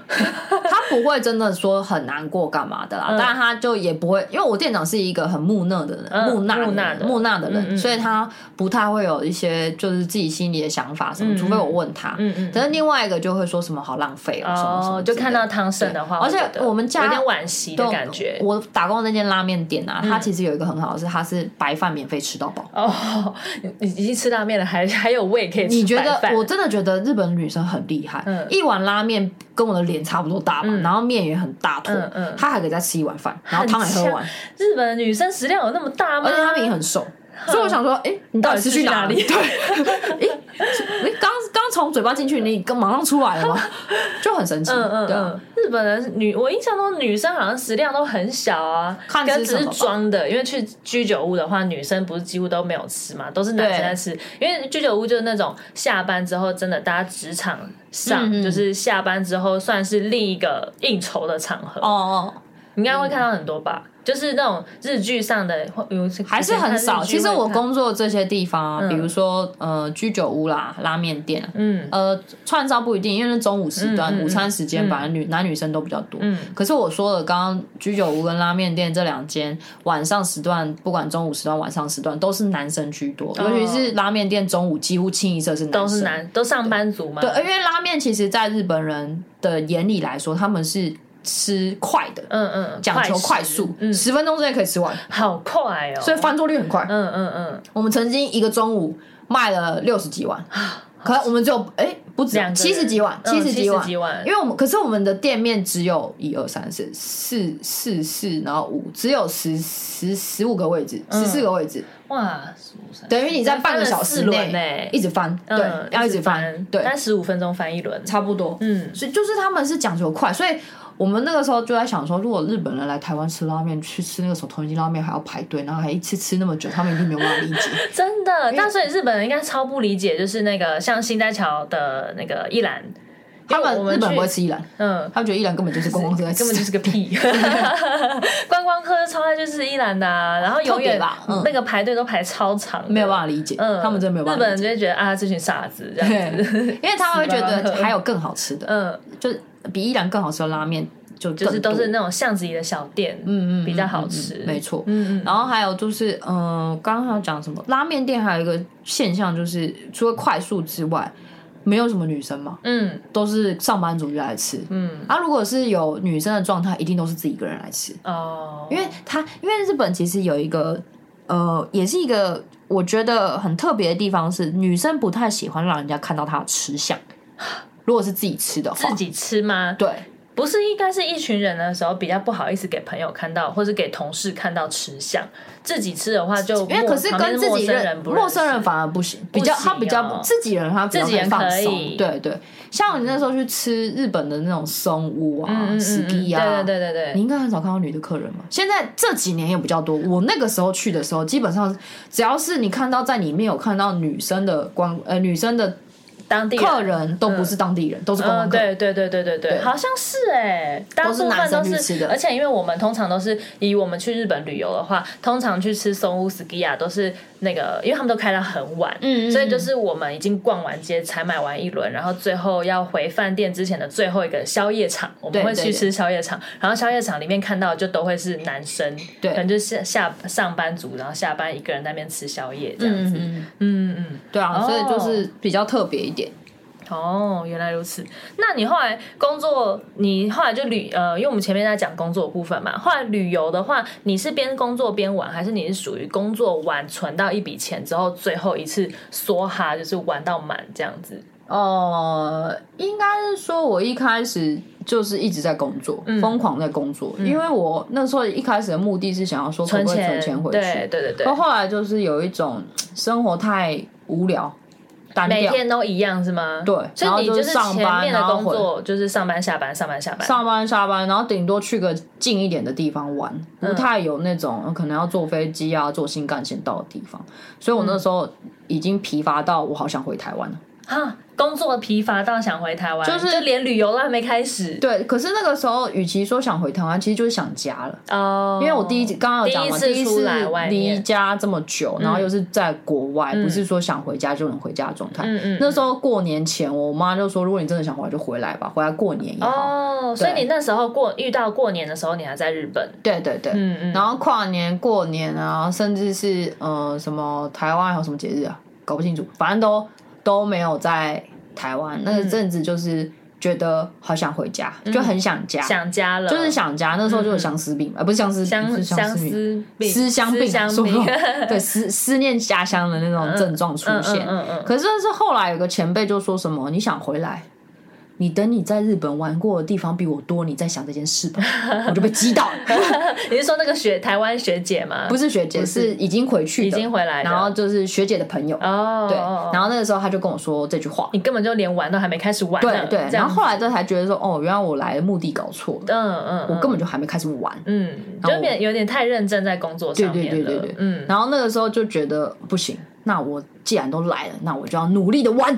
S2: 他不会真的说很难过干嘛的啦，当然他就也不会，因为我店长是一个很木讷的人，
S1: 嗯
S2: 木讷
S1: 木讷
S2: 的
S1: 的
S2: 人木讷的人，
S1: 嗯嗯
S2: 所以他不太会有一些就是自己心里的想法什么，
S1: 嗯
S2: 除非我问他。
S1: 嗯嗯嗯
S2: 但是另外一个就会说什么好浪费哦，什么什么
S1: 哦，
S2: 之
S1: 就
S2: 类的，
S1: 看到汤剩的话，
S2: 对
S1: 会觉
S2: 而且
S1: 得
S2: 我们家
S1: 有点惋惜的感觉。嗯
S2: 我打工的那间拉面店啊，它其实有一个很好的是，它是白饭免费吃到饱。
S1: 哦， 你已经吃拉面了，还还有胃可以吃
S2: 你觉得
S1: 白饭
S2: 我真的觉得日本女生很厉害，
S1: 嗯
S2: 一碗拉面跟我的脸差不多大嘛，然后面也很大坨，
S1: 嗯嗯
S2: 她还可以再吃一碗饭，然后汤还喝完，
S1: 日本的女生食量有那么大吗？
S2: 而且她们也很瘦，所以我想说，哎、你到底是去哪里？
S1: 嗯到
S2: 对， 哎、你刚刚从嘴巴进去，你刚马上出来了吗？ 就很神奇，
S1: 嗯嗯
S2: 对啊
S1: 嗯，日本人女，我印象中女生好像食量都很小啊，
S2: 看
S1: 跟
S2: 吃
S1: 只
S2: 什
S1: 是
S2: 么吧
S1: 装的，因为去居酒屋的话，女生不是几乎都没有吃嘛，都是男生在吃，因为居酒屋就是那种下班之后，真的大家职场上、
S2: 嗯嗯
S1: 就是下班之后算是另一个应酬的场合，
S2: 哦哦，
S1: 你应该会看到很多吧。就是那种日剧上的，或有
S2: 还是很少。
S1: 以前看日剧
S2: 其实
S1: 会
S2: 我
S1: 看嗯
S2: 工作这些地方、啊，比如说呃居酒屋啦、拉面店、嗯，呃串烧不一定，因为是中午时段、
S1: 嗯嗯
S2: 午餐时间，反正女、男女生都比较多。
S1: 嗯
S2: 可是我说的刚刚居酒屋跟拉面店这两间，晚上时段不管中午时段、晚上时段都是男生居多，尤其是拉面店中午几乎清一色是男生。
S1: 哦都是男，都上班族嘛。
S2: 对，因为拉面其实在日本人的眼里来说，他们是吃快的。
S1: 嗯嗯，
S2: 讲求
S1: 食
S2: 快速，
S1: 嗯，
S2: 十、分钟之内可以吃完，
S1: 好快哦。
S2: 所以翻桌率很快。
S1: 嗯嗯嗯，
S2: 我们曾经一个中午卖了六十几万，可能我们就哎、不止
S1: 啊两个人
S2: 七十几万，
S1: 嗯
S2: 十几万，
S1: 70几万
S2: 因为我们可是我们的店面只有一二三四四四四，然后五，只有十十十五个位置，
S1: 嗯
S2: 十四个位置，
S1: 哇，
S2: 等于你在半个小
S1: 翻了四
S2: 时
S1: 轮
S2: 内
S1: 欸
S2: 一直翻，
S1: 嗯
S2: 对，要一直翻
S1: 翻，，
S2: 对，
S1: 但十五分钟翻一轮，
S2: 差不多，
S1: 嗯，
S2: 所以就是他们是讲究快，所以我们那个时候就在想说，如果日本人来台湾吃拉面，去吃那个什么同心拉面还要排队，然后还一次吃那么久，他们一定没有办法理解。
S1: 真的。但所以日本人应该超不理解，就是那个像新斋桥的那个一兰，
S2: 他
S1: 因为我
S2: 们
S1: 们
S2: 日本
S1: 去
S2: 不会吃一 兰，
S1: 嗯。
S2: 他们觉得一兰根本就是观光客在吃，
S1: 根本就是个 屁，观光客超爱去吃一兰的啊、然后永
S2: 特别
S1: 远
S2: 吧嗯
S1: 那个排队都排超长的，
S2: 没有办法理解，
S1: 嗯，
S2: 他们真的没有办
S1: 日
S2: 法
S1: 本人
S2: 理解。
S1: 就会觉得啊，这群傻子这样子，
S2: 对，因为他们会觉
S1: 死观光
S2: 得
S1: 客
S2: 还有更好吃的，
S1: 嗯，
S2: 就是比一兰更好吃的拉面就就
S1: 就是都是那种巷子里的小店，嗯嗯，比较好吃，
S2: 没错。
S1: 嗯嗯，
S2: 然后还有就是，嗯，刚刚还有讲什么拉面店，还有一个现象就是，除了快速之外，没有什么女生嘛，
S1: 嗯
S2: 都是上班族就来吃。
S1: 嗯，
S2: 啊，如果是有女生的状态，一定都是自己一个人来吃，
S1: 哦，
S2: 因为他因为日本其实有一个呃，也是一个我觉得很特别的地方是，女生不太喜欢让人家看到她的吃相。如果是自己吃的话
S1: 自，己吃吗？
S2: 对，
S1: 不是应该是一群人的时候比较不好意思给朋友看到，或是给同事看到吃相，自己吃的话就
S2: 因为可是跟自己
S1: 人
S2: 认陌生人反而不行，比较
S1: 不行
S2: 他比较
S1: 哦
S2: 自己人他比较
S1: 自己人
S2: 放
S1: 可
S2: 松
S1: 以，
S2: 对对。像你那时候去吃日本的那种松屋
S1: 嗯嗯
S2: 啊、
S1: 嗯
S2: 斯基
S1: 对
S2: 啊，
S1: 对对对
S2: 你
S1: 对，
S2: 应该很少看到女的客人嘛。现在这几年也比较多，我那个时候去的时候，基本上只要是你看到在里面有看到女生的光呃女生的
S1: 当地
S2: 客人，都不是当地人，都是观
S1: 嗯，
S2: 光客。
S1: 对对对对对对，好像是哎、大部
S2: 是男
S1: 分
S2: 生
S1: 都
S2: 去吃的
S1: 而且因为我们通常都是以我们去日本旅游的话，通常去吃松屋 s k i a 都是那个，因为他们都开到很晚，
S2: 嗯嗯
S1: 所以就是我们已经逛完街才买完一轮，然后最后要回饭店之前的最后一个宵夜场，我
S2: 对
S1: 们会
S2: 对
S1: 去吃宵夜场，然后宵夜场里面看到就都会是男生，
S2: 对
S1: 可能就是下下上班族，然后下班一个人在那边吃宵夜这样子，嗯
S2: 嗯，
S1: 嗯嗯
S2: 对啊，
S1: 哦
S2: 所以就是比较特别一点。
S1: 哦，原来如此。那你后来工作，你后来就旅呃，因为我们前面在讲工作的部分嘛，后来旅游的话，你是边工作边玩，还是你是属于工作完存到一笔钱之后，最后一次梭哈就是玩到满这样子？
S2: 呃，应该是说，我一开始就是一直在工作，
S1: 嗯
S2: 疯、狂在工作，因为我那时候一开始的目的是想要说可不可以存钱回去，
S1: 对对对对
S2: 然后，后来就是有一种生活太无聊，单
S1: 每
S2: 调，
S1: 天都一样是吗？
S2: 对
S1: 所以你
S2: 然后就是上班
S1: 前面的
S2: 然后
S1: 工
S2: 回
S1: 作就是上班下班上班下班，
S2: 上班下班，然后顶多去个近一点的地方玩，
S1: 嗯
S2: 不太有那种呃可能要坐飞机啊、坐新干线到的地方，所以我那
S1: 嗯
S2: 时候已经疲乏到我好想回台湾了。
S1: 啊，工作疲乏到想回台湾，
S2: 就是
S1: 就连旅游都还没开始。
S2: 对，可是那个时候，与其说想回台湾，其实就是想家了。
S1: 哦，
S2: 因为我第一刚刚有讲嘛，
S1: 第
S2: 第
S1: 一
S2: 一
S1: 次出
S2: 次
S1: 来外
S2: 离
S1: 面，嗯
S2: 家这么久，然后又是在国外，不是说想回家就能回家的状态。
S1: 嗯嗯
S2: 那时候过年前，我妈就说，如果你真的想回来就回来吧，回来过年也好。
S1: 哦，所以
S2: 对
S1: 你那时候过遇到过年的时候，你还在日本，
S2: 对对对，
S1: 嗯嗯
S2: 然后跨年、过年啊，甚至是呃什么台湾还有什么节日啊，搞不清楚，反正都都没有在台湾。那
S1: 嗯
S2: 个阵子就是觉得好想回家，就很想家，
S1: 想家了，
S2: 就是想家。那时候就有相思病嘛，呃不是相思病，
S1: 相
S2: 是
S1: 相
S2: 病。
S1: 思病，
S2: 思乡病啊，
S1: 思乡
S2: 说不
S1: 病
S2: 好对思思念家乡的那种症状出现。
S1: 嗯嗯嗯嗯
S2: 可是是后来有个前辈就说什么：“你想回来，你等你在日本玩过的地方比我多，你再想这件事 吧。”我就被击倒了，
S1: 你是说那个学台湾学姐吗？
S2: 不是学姐，是已经回去的，
S1: 已经回来的
S2: 然后就是学姐的朋友。
S1: 哦，
S2: 对，
S1: 哦嗯
S2: 然后那个时候他就跟我说这句话。
S1: 你根本就连玩都还没开始玩
S2: 对
S1: 呢，
S2: 对，
S1: 这
S2: 然
S1: 样
S2: 后后来这才觉得说，哦，原来我来的目的搞错了，
S1: 嗯嗯，
S2: 我根
S1: 本
S2: 本就还没开始玩。
S1: 嗯，就
S2: 然后
S1: 有点有点太认真在工作上
S2: 对
S1: 面
S2: 对
S1: 了，
S2: 对对对，
S1: 嗯，
S2: 然后那个时候就觉得不行，那我既然都来了，那我就要努力 的玩，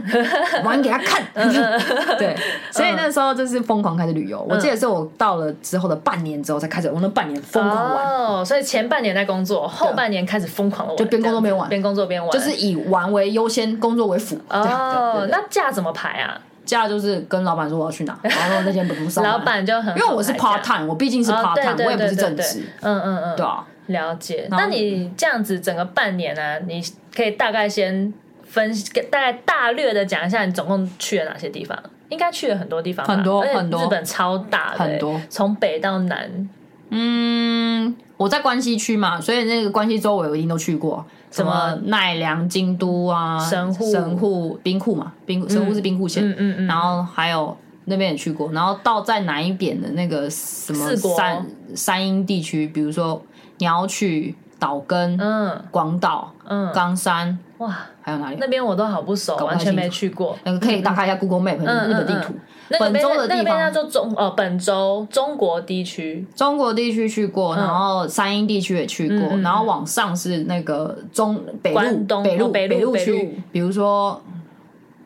S2: 玩给他看。
S1: 嗯
S2: 对，所以那时候就是疯狂开始旅游。
S1: 嗯
S2: 我记得是我到了之后的半年之后才开始，我那半年疯狂玩，
S1: 哦，所以前半年在工作，后半年开始疯狂的玩，
S2: 就边工作边玩
S1: 边工作边玩，
S2: 就是以玩为优先，工作为辅。对
S1: 哦
S2: 对对，对
S1: 那假怎么排啊？
S2: 接下来就是跟老板说我要去哪，然后那天不用上班。
S1: 老板就很
S2: 因为我是
S1: 好排
S2: part
S1: 假
S2: time，我毕竟是
S1: 哦
S2: part
S1: 对
S2: time，、
S1: 对
S2: 我也不是
S1: 对
S2: 正
S1: 对
S2: 职，
S1: 嗯嗯嗯，
S2: 对啊。
S1: 了解。
S2: 然后
S1: 那你这样子整个半年啊，你可以大概先分析，大概大略的讲一下你总共去了哪些地方？应该去了很多地方吧，
S2: 很多
S1: 而且
S2: 很多
S1: 日本超大的、欸
S2: 很多
S1: 从北到南，
S2: 嗯，我在关西区嘛，所以那个关西周围我一定都去过，什么
S1: 么
S2: 奈良、京都啊、
S1: 神户
S2: 神户、兵库嘛，兵库神户是兵库县，
S1: 嗯嗯嗯
S2: 然后还有那边也去过，然后到在南一点的那个什么
S1: 四国
S2: 山山阴地区，比如说你要去岛根、
S1: 嗯
S2: 广岛、
S1: 嗯，
S2: 冈山，
S1: 哇，
S2: 还有哪里？
S1: 那边我都好不熟，
S2: 搞不太
S1: 完全没
S2: 清楚
S1: 去过。
S2: 那个可以打开一下 Google Map，、
S1: 嗯
S2: 日本地图。
S1: 嗯那个
S2: 本
S1: 边
S2: 州的
S1: 那个
S2: 地
S1: 边叫
S2: 方，
S1: 做中呃本州中国地区，
S2: 中国地区去过，然后山阴地区也去过，
S1: 嗯嗯嗯
S2: 然后往上是那个中北路
S1: 关东
S2: 北路
S1: 哦北路
S2: 路
S1: 北路
S2: 区，比如说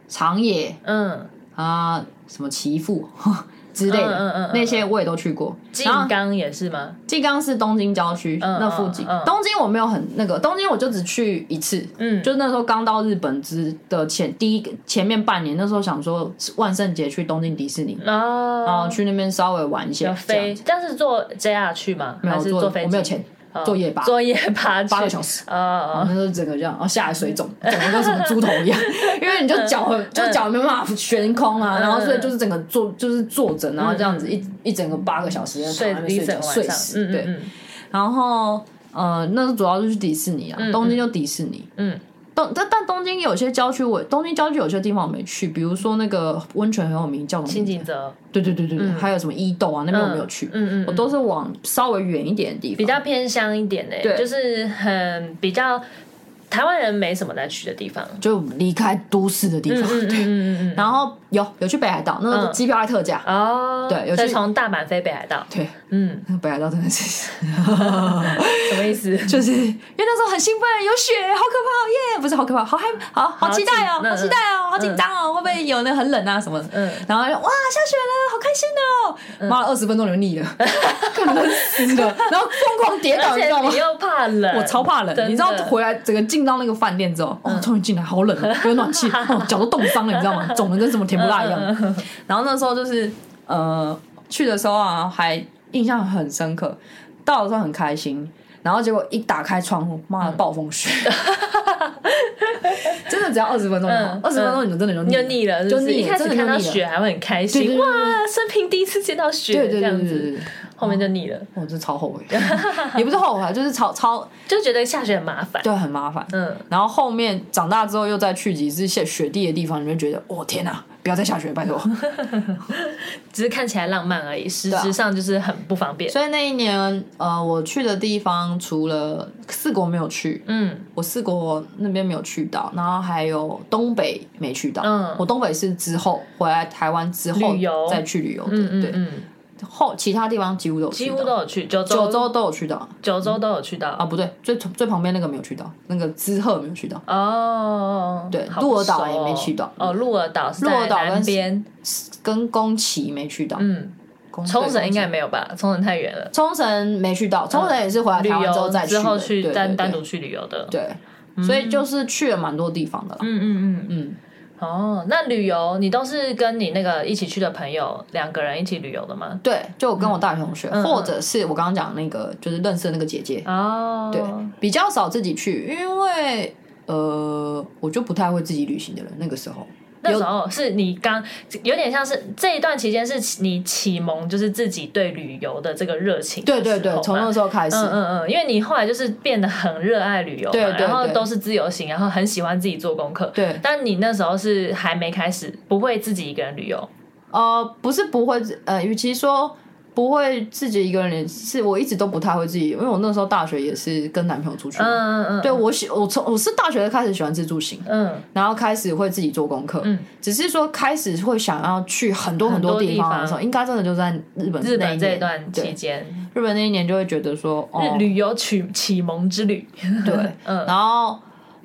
S2: 长野
S1: 嗯，
S2: 啊、什么岐阜 之类的，
S1: 嗯嗯嗯嗯
S2: 那些我也都去过。
S1: 静
S2: 然后
S1: 冈也是吗？
S2: 静冈是东京郊区、
S1: 嗯
S2: 那附近，
S1: 嗯嗯
S2: 东京我没有很那个，东京我就只去一次。
S1: 嗯
S2: 就那时候刚到日本之的前第一个前面半年，那时候想说万圣节去东京迪士尼，
S1: 哦，
S2: 然后去那边稍微玩一下，
S1: 有
S2: 这样
S1: 飞，但是坐 JR 去吗？
S2: 没
S1: 还
S2: 有
S1: 是
S2: 坐
S1: 坐飞机？
S2: 我没有钱，
S1: 哦，
S2: 坐夜吧
S1: 坐夜爬
S2: 八
S1: 八
S2: 个小时。嗯
S1: 哦哦，
S2: 那时候整个这样，然后下来水肿， 整个跟什么猪头 一样，因为你就脚
S1: 嗯
S2: 很，就脚没办法悬空啊，然后所以就是整个坐就是坐着，然后这样子一一整个八个小时在
S1: 嗯睡
S2: 躺在那
S1: 一
S2: 边睡
S1: 整
S2: 觉，
S1: 晚
S2: 睡
S1: 上，
S2: 死
S1: 嗯
S2: 对。
S1: 嗯
S2: 然后呃，那主要就是迪士尼啊，东京就迪士尼，
S1: 嗯，
S2: 东但但东京有些郊区我东京郊区有些地方我没去，比如说那个温泉很有名，叫什么
S1: 新
S2: 名
S1: 井
S2: 字？
S1: 泽
S2: 对对对对，对还有什么伊豆啊，那边我没有去，
S1: 嗯嗯嗯
S2: 我都是往稍微远一点的地方，
S1: 比较偏乡一点的、
S2: 对
S1: 就是很比较台湾人没什么在去的地方。
S2: 就离开都市的地方。
S1: 嗯嗯嗯嗯嗯。
S2: 然后有有去北海道，那时候
S1: 嗯
S2: 机票还特价，
S1: 哦，
S2: 对有
S1: 所以
S2: 去
S1: 从大阪飞北海道，
S2: 对，
S1: 嗯，
S2: 那北海道真的是，
S1: 什么意思？
S2: 就是因为那时候很兴奋，有雪，好可怕耶！不是好可怕，好害，好好期待哦，
S1: 紧
S2: 好期待哦，好紧张哦，会不会有那很冷啊什么的？
S1: 嗯
S2: 然后就哇下雪了，好开心哦！妈了，二十分钟就腻了， 根本冷死了，然后疯狂跌倒，
S1: 而
S2: 你知道
S1: 且
S2: 吗
S1: 你？又怕冷，
S2: 我超怕冷，
S1: 真的嗯
S2: 你知道回来整个进到那个饭店之后，哦，终于进来，好冷啊，有暖气，哦，脚都冻伤了，你知道吗？肿的跟什么甜不辣一样。
S1: 嗯
S2: 然后那时候就是呃，去的时候啊，还印象很深刻，到的时候很开心。然后结果一打开窗户，妈的
S1: 嗯
S2: 暴 风雪，真的只要二十分钟就好
S1: 嗯，
S2: 二十分钟你就真的就
S1: 你
S2: 腻
S1: 就
S2: 了
S1: 腻了，是不
S2: 就是腻
S1: 一
S2: 了，
S1: 开始
S2: 真的就
S1: 看到
S2: 腻了。
S1: 雪还会很开
S2: 对
S1: 心，
S2: 对对
S1: 哇，生平第一次见到雪，
S2: 对对
S1: 这
S2: 对
S1: 样
S2: 对对
S1: 子，
S2: 对，
S1: 后面就腻了，
S2: 我真的超后 悔，也不是后悔，啊就是超超
S1: 就觉得下雪很麻烦。
S2: 对很麻烦。
S1: 嗯，
S2: 然后后面长大之后又再去几次雪雪地的地方，你就觉得，哦天哪，不要再下雪，拜托。
S1: 只是看起来浪漫而已，实
S2: 啊
S1: 质上就是很不方便。
S2: 所以那一年，呃，我去的地方除了四国没有去，
S1: 嗯
S2: 我四国那边没有去到，然后还有东北没去到。
S1: 嗯
S2: 我东北是之后回来台湾之后
S1: 旅游
S2: 再去旅游的，
S1: 嗯嗯
S2: 对。
S1: 嗯，
S2: 后其他地方几乎都有去
S1: 几乎
S2: 到，
S1: 都有去，九州
S2: 九州都有去到
S1: 九州都有去到
S2: 啊，不对，最最旁边那个没有去到，那个滋贺没有去到，
S1: 哦，
S2: 对
S1: 好
S2: 鹿儿岛
S1: 熟哦
S2: 也没去到
S1: 哦，鹿儿岛是
S2: 鹿儿
S1: 在
S2: 岛
S1: 南
S2: 跟
S1: 边，
S2: 跟宫崎没去到，
S1: 嗯，
S2: 宫
S1: 冲绳应。
S2: 对宫
S1: 该
S2: 崎
S1: 没有吧？冲绳太远了，
S2: 冲绳没去到，冲绳也是回来
S1: 嗯旅
S2: 台湾之
S1: 游
S2: 后再去
S1: 之
S2: 的、
S1: 后去
S2: 对
S1: 单单独
S2: 对
S1: 去旅游的，
S2: 对，对所以就是去了蛮多地方的啦。
S1: 嗯嗯嗯
S2: 嗯，
S1: 哦，那旅游你都是跟你那个一起去的朋友两个人一起旅游的吗？
S2: 对，就我跟我大学同学，
S1: 嗯
S2: 或者是我刚刚讲那个就是认识的那个姐姐，
S1: 哦，
S2: 对，比较少自己去，因为呃，我就不太会自己旅行的人，那个时候。
S1: 那时候是你刚有点像是这一段期间是你启蒙，就是自己对旅游的这个热情的时
S2: 对
S1: 候
S2: 对
S1: 嘛。
S2: 对，从那时候开始，
S1: 嗯嗯嗯，因为你后来就是变得很热爱旅游嘛，
S2: 对对
S1: 然后
S2: 对
S1: 都是自由行，然后很喜欢自己做功课。
S2: 对
S1: 但你那时候是还没开始，不会自己一个人旅游。
S2: 呃，不是不会，呃，与其说不会自己一个人，是我一直都不太会自己，因为我那时候大学也是跟男朋友出去嘛，
S1: 嗯嗯嗯，
S2: 对我喜我从我是大学开始喜欢自助行，
S1: 嗯
S2: 然后开始会自己做功课，
S1: 嗯
S2: 只是说开始会想要去很多
S1: 很
S2: 很
S1: 多
S2: 多地
S1: 地
S2: 方
S1: 方
S2: 的时候，应该真的就在日本
S1: 日
S2: 那
S1: 本
S2: 一
S1: 这一
S2: 年
S1: 段期
S2: 对
S1: 间，
S2: 日本那一年就会觉得说哦
S1: 旅游启启蒙之旅。
S2: 对，
S1: 嗯
S2: 然后